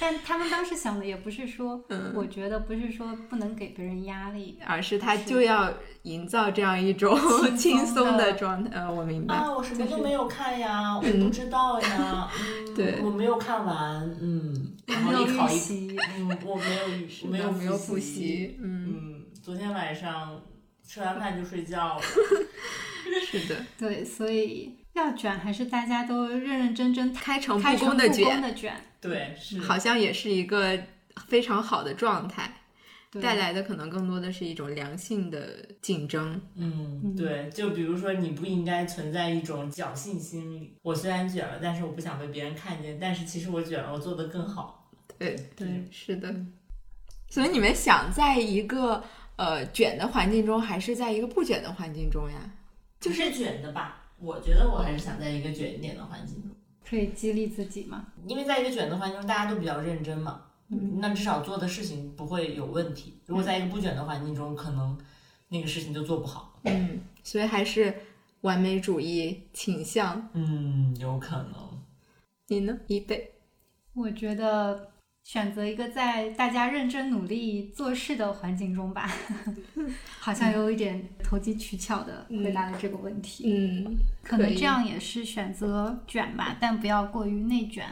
Speaker 1: 但他们当时想的也不是说，
Speaker 2: 嗯
Speaker 1: 我觉得不是说不能给别人压力，
Speaker 2: 而是他就要营造这样一种
Speaker 1: 轻
Speaker 2: 轻
Speaker 1: 松
Speaker 2: 松
Speaker 1: 的
Speaker 2: 的状态。呃，我明白。
Speaker 3: 啊，我什么都没有看呀，我不知道呀，嗯，
Speaker 2: 对
Speaker 3: 我没有看完，嗯，然
Speaker 1: 没
Speaker 3: 后
Speaker 1: 有
Speaker 3: 一考
Speaker 1: 预
Speaker 3: 一，
Speaker 1: 习。
Speaker 3: 嗯，我没有预，我没有
Speaker 2: 没有复习，嗯，
Speaker 3: 嗯，昨天晚上吃完饭就睡觉了，
Speaker 2: 是的，
Speaker 1: 对，所以要卷还是大家都认认真真
Speaker 2: 开诚
Speaker 1: 开
Speaker 2: 布
Speaker 1: 诚
Speaker 2: 公
Speaker 1: 布
Speaker 2: 的
Speaker 1: 公
Speaker 2: 卷，
Speaker 1: 的卷，
Speaker 3: 对，是，嗯
Speaker 2: 好像也是一个非常好的状态，
Speaker 1: 对
Speaker 2: 带来的可能更多的是一种良性的竞争。
Speaker 3: 嗯，对，就比如说你不应该存在一种侥幸心理，我虽然卷了，但是我不想被别人看见，但是其实我卷了，我做得更好，
Speaker 2: 对
Speaker 3: 对，
Speaker 2: 是的。所以你们想在一个呃卷的环境中，还是在一个不卷的环境中呀？
Speaker 3: 就是是卷的吧。我觉得我还是想在一个卷一点的环境中。
Speaker 1: 可以激励自己嘛。
Speaker 3: 因为在一个卷的环境中，大家都比较认真嘛，
Speaker 2: 嗯
Speaker 3: 那至少做的事情不会有问题。如果在一个不卷的环境中，可能那个事情就做不好。
Speaker 2: 嗯，所以还是完美主义倾向。
Speaker 3: 嗯，有可能。
Speaker 2: 你呢，一贝？
Speaker 1: 我觉得选择一个在大家认真努力做事的环境中吧， 好像有一点投机取巧的回答了这个问题。
Speaker 2: 嗯，
Speaker 1: 可
Speaker 2: 可
Speaker 1: 能
Speaker 2: 以
Speaker 1: 这样也是选择卷吧，但不要过于内卷。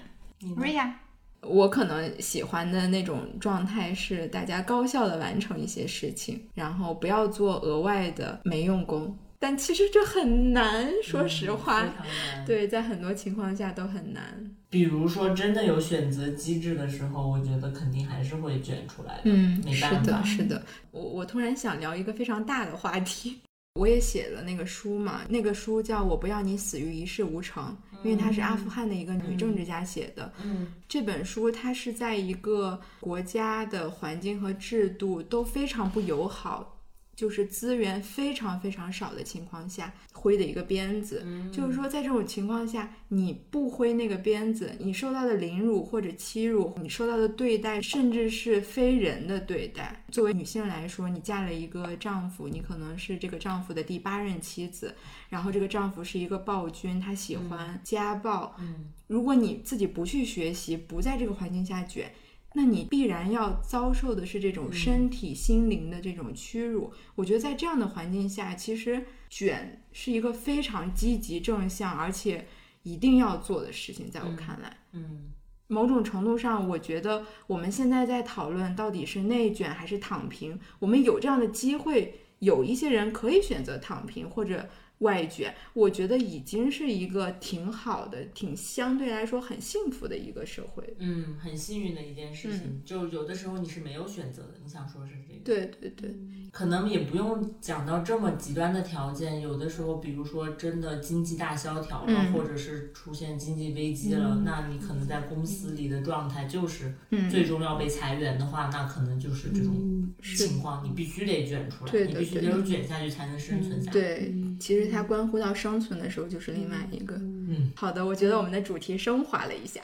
Speaker 1: Ria，
Speaker 2: 嗯我可能喜欢的那种状态是大家高效的完成一些事情，然后不要做额外的没用功。但其实这很难，说实话，
Speaker 3: 非常难，
Speaker 2: 对，在很多情况下都很难。
Speaker 3: 比如说真的有选择机制的时候，我觉得肯定还是会卷出来的。
Speaker 2: 嗯，
Speaker 3: 没
Speaker 2: 是
Speaker 3: 办
Speaker 2: 的，
Speaker 3: 法
Speaker 2: 是的。我我突然想聊一个非常大的话题。我也写了那个书嘛，那个书叫《我不要你死于一事无成》，因为它是阿富汗的一个女政治家写的。
Speaker 3: 嗯
Speaker 2: 这本书它是在一个国家的环境和制度都非常不友好，就是资源非常非常少的情况下挥的一个鞭子。
Speaker 3: 嗯
Speaker 2: 就是说，在这种情况下，你不挥那个鞭子，你受到的凌辱或者欺辱，你受到的对待，甚至是非人的对待。作为女性来说，你嫁了一个丈夫，你可能是这个丈夫的第八任妻子，然后这个丈夫是一个暴君，他喜欢家暴。
Speaker 3: 嗯
Speaker 2: 如果你自己不去学习，不在这个环境下卷。那你必然要遭受的是这种身体、心灵的这种屈辱。我觉得在这样的环境下，其实卷是一个非常积极、正向，而且一定要做的事情。在我看来，
Speaker 3: 嗯
Speaker 2: 某种程度上，我觉得我们现在在讨论到底是内卷还是躺平，我们有这样的机会，有一些人可以选择躺平或者外卷，我觉得已经是一个挺好的、挺相对来说很幸福的一个社会。
Speaker 3: 嗯，很幸运的一件事
Speaker 2: 嗯
Speaker 3: 情。就有的时候你是没有选择的，你想说是这个。
Speaker 2: 对对对，
Speaker 3: 可能也不用讲到这么极端的条件，有的时候，比如说真的经济大萧条了，
Speaker 2: 嗯
Speaker 3: 或者是出现经济危机了，那你可能在公司里的状态就是
Speaker 2: 嗯，
Speaker 3: 最终要被裁员的话，那可能就是这种
Speaker 2: 是
Speaker 3: 情况，你必须得卷出来，
Speaker 2: 对
Speaker 3: 你
Speaker 2: 的
Speaker 3: 必须
Speaker 2: 对
Speaker 3: 得
Speaker 2: 的嗯
Speaker 3: 卷下去才能生存下来。
Speaker 2: 对，其实它关乎到生存的时候，就是另外一个。
Speaker 3: 嗯，
Speaker 2: 好的，我觉得我们的主题升华了一下。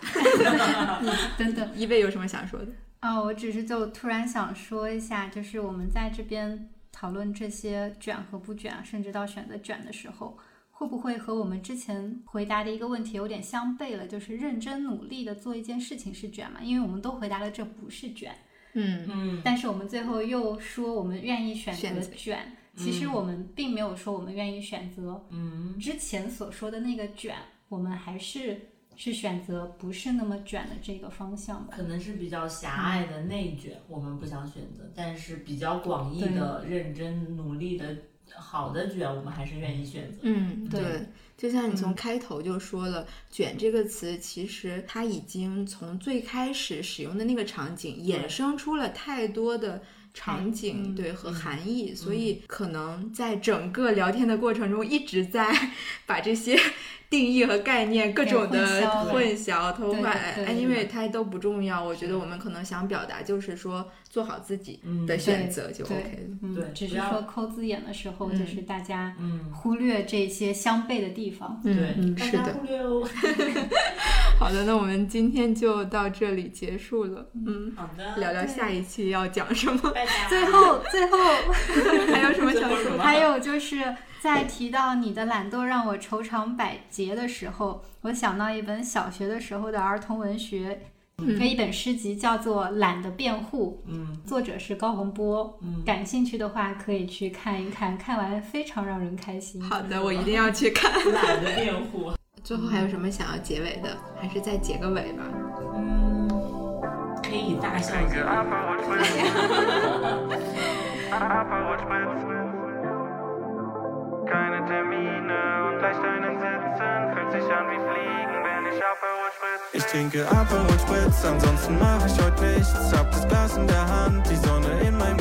Speaker 1: 等等
Speaker 2: 一贝有什么想说的？
Speaker 1: 啊，我只是就突然想说一下，就是我们在这边讨论这些卷和不卷，啊甚至到选择卷的时候，会不会和我们之前回答的一个问题有点相悖了？就是认真努力的做一件事情是卷嘛？因为我们都回答了这不是卷，
Speaker 2: 嗯，
Speaker 3: 嗯，
Speaker 1: 但是我们最后又说我们愿意选
Speaker 2: 选
Speaker 1: 择
Speaker 2: 择
Speaker 1: 卷，其实我们并没有说我们愿意选择
Speaker 3: 嗯
Speaker 1: 之前所说的那个卷，我们还是是选择不是那么卷的这个方向吧。
Speaker 3: 可能是比较狭隘的内卷，我们不想选择，但是比较广义的、认真努力的好的卷，我们还是愿意选择。
Speaker 2: 嗯，
Speaker 1: 对嗯
Speaker 2: 对，就像你从开头就说了，“卷”这个词，其实它已经从最开始使用的那个场景衍生出了太多的。
Speaker 1: 嗯
Speaker 2: 场景对和含义，所以可能在整个聊天的过程中，一直在 把这些 定义和概念各种
Speaker 1: 混
Speaker 2: 的
Speaker 1: 淆了
Speaker 2: 混淆、偷
Speaker 1: 对
Speaker 2: 换
Speaker 1: 对对
Speaker 2: ，anyway 它都不重要。我觉得我们可能想表达就是说，做好自己
Speaker 3: 嗯，
Speaker 2: 的
Speaker 3: 对，
Speaker 2: 选择就
Speaker 1: 对
Speaker 2: OK 了。
Speaker 1: 嗯
Speaker 3: 对，
Speaker 1: 只
Speaker 3: 不
Speaker 1: 是
Speaker 3: 要
Speaker 1: 说抠字眼的时候，
Speaker 2: 嗯
Speaker 1: 就是大家
Speaker 3: 嗯，
Speaker 1: 忽略这些相悖的地方。
Speaker 3: 对，
Speaker 2: 嗯，
Speaker 3: 大
Speaker 2: 是的
Speaker 3: 家。忽略喽。
Speaker 2: 好的，那我们今天就到这里结束了。嗯，
Speaker 3: 好的，
Speaker 2: 聊聊下一期要讲什么，
Speaker 3: 拜拜。
Speaker 1: 最后，最后
Speaker 2: 还有什么想说？
Speaker 3: 什 么
Speaker 1: 还有就是在提到你的懒惰让我愁肠百结的时候，我想到一本小学的时候的儿童文学，
Speaker 2: 嗯
Speaker 1: 有一本诗集叫做《懒的辩护
Speaker 3: 嗯》，
Speaker 1: 作者是高洪波。
Speaker 3: 嗯，
Speaker 1: 感兴趣的话可以去看一看，看完非常让人开心。
Speaker 2: 好的，我一定要去看。
Speaker 3: 懒得辩护。
Speaker 2: 最后还有什么想要结尾的？还是再结个尾吧。
Speaker 3: 嗯，可以以大笑结
Speaker 4: Apple
Speaker 3: 尾。
Speaker 4: watch plans. Apple watch plans. Keine Termine und leicht einen sitzen. Fühlt sich an wie Fliegen, wenn ich Apple watch spritz.
Speaker 5: Ich trinke Aperol Spritz, ansonsten mach ich heute nichts. Hab das Glas in der Hand, die Sonne in meinem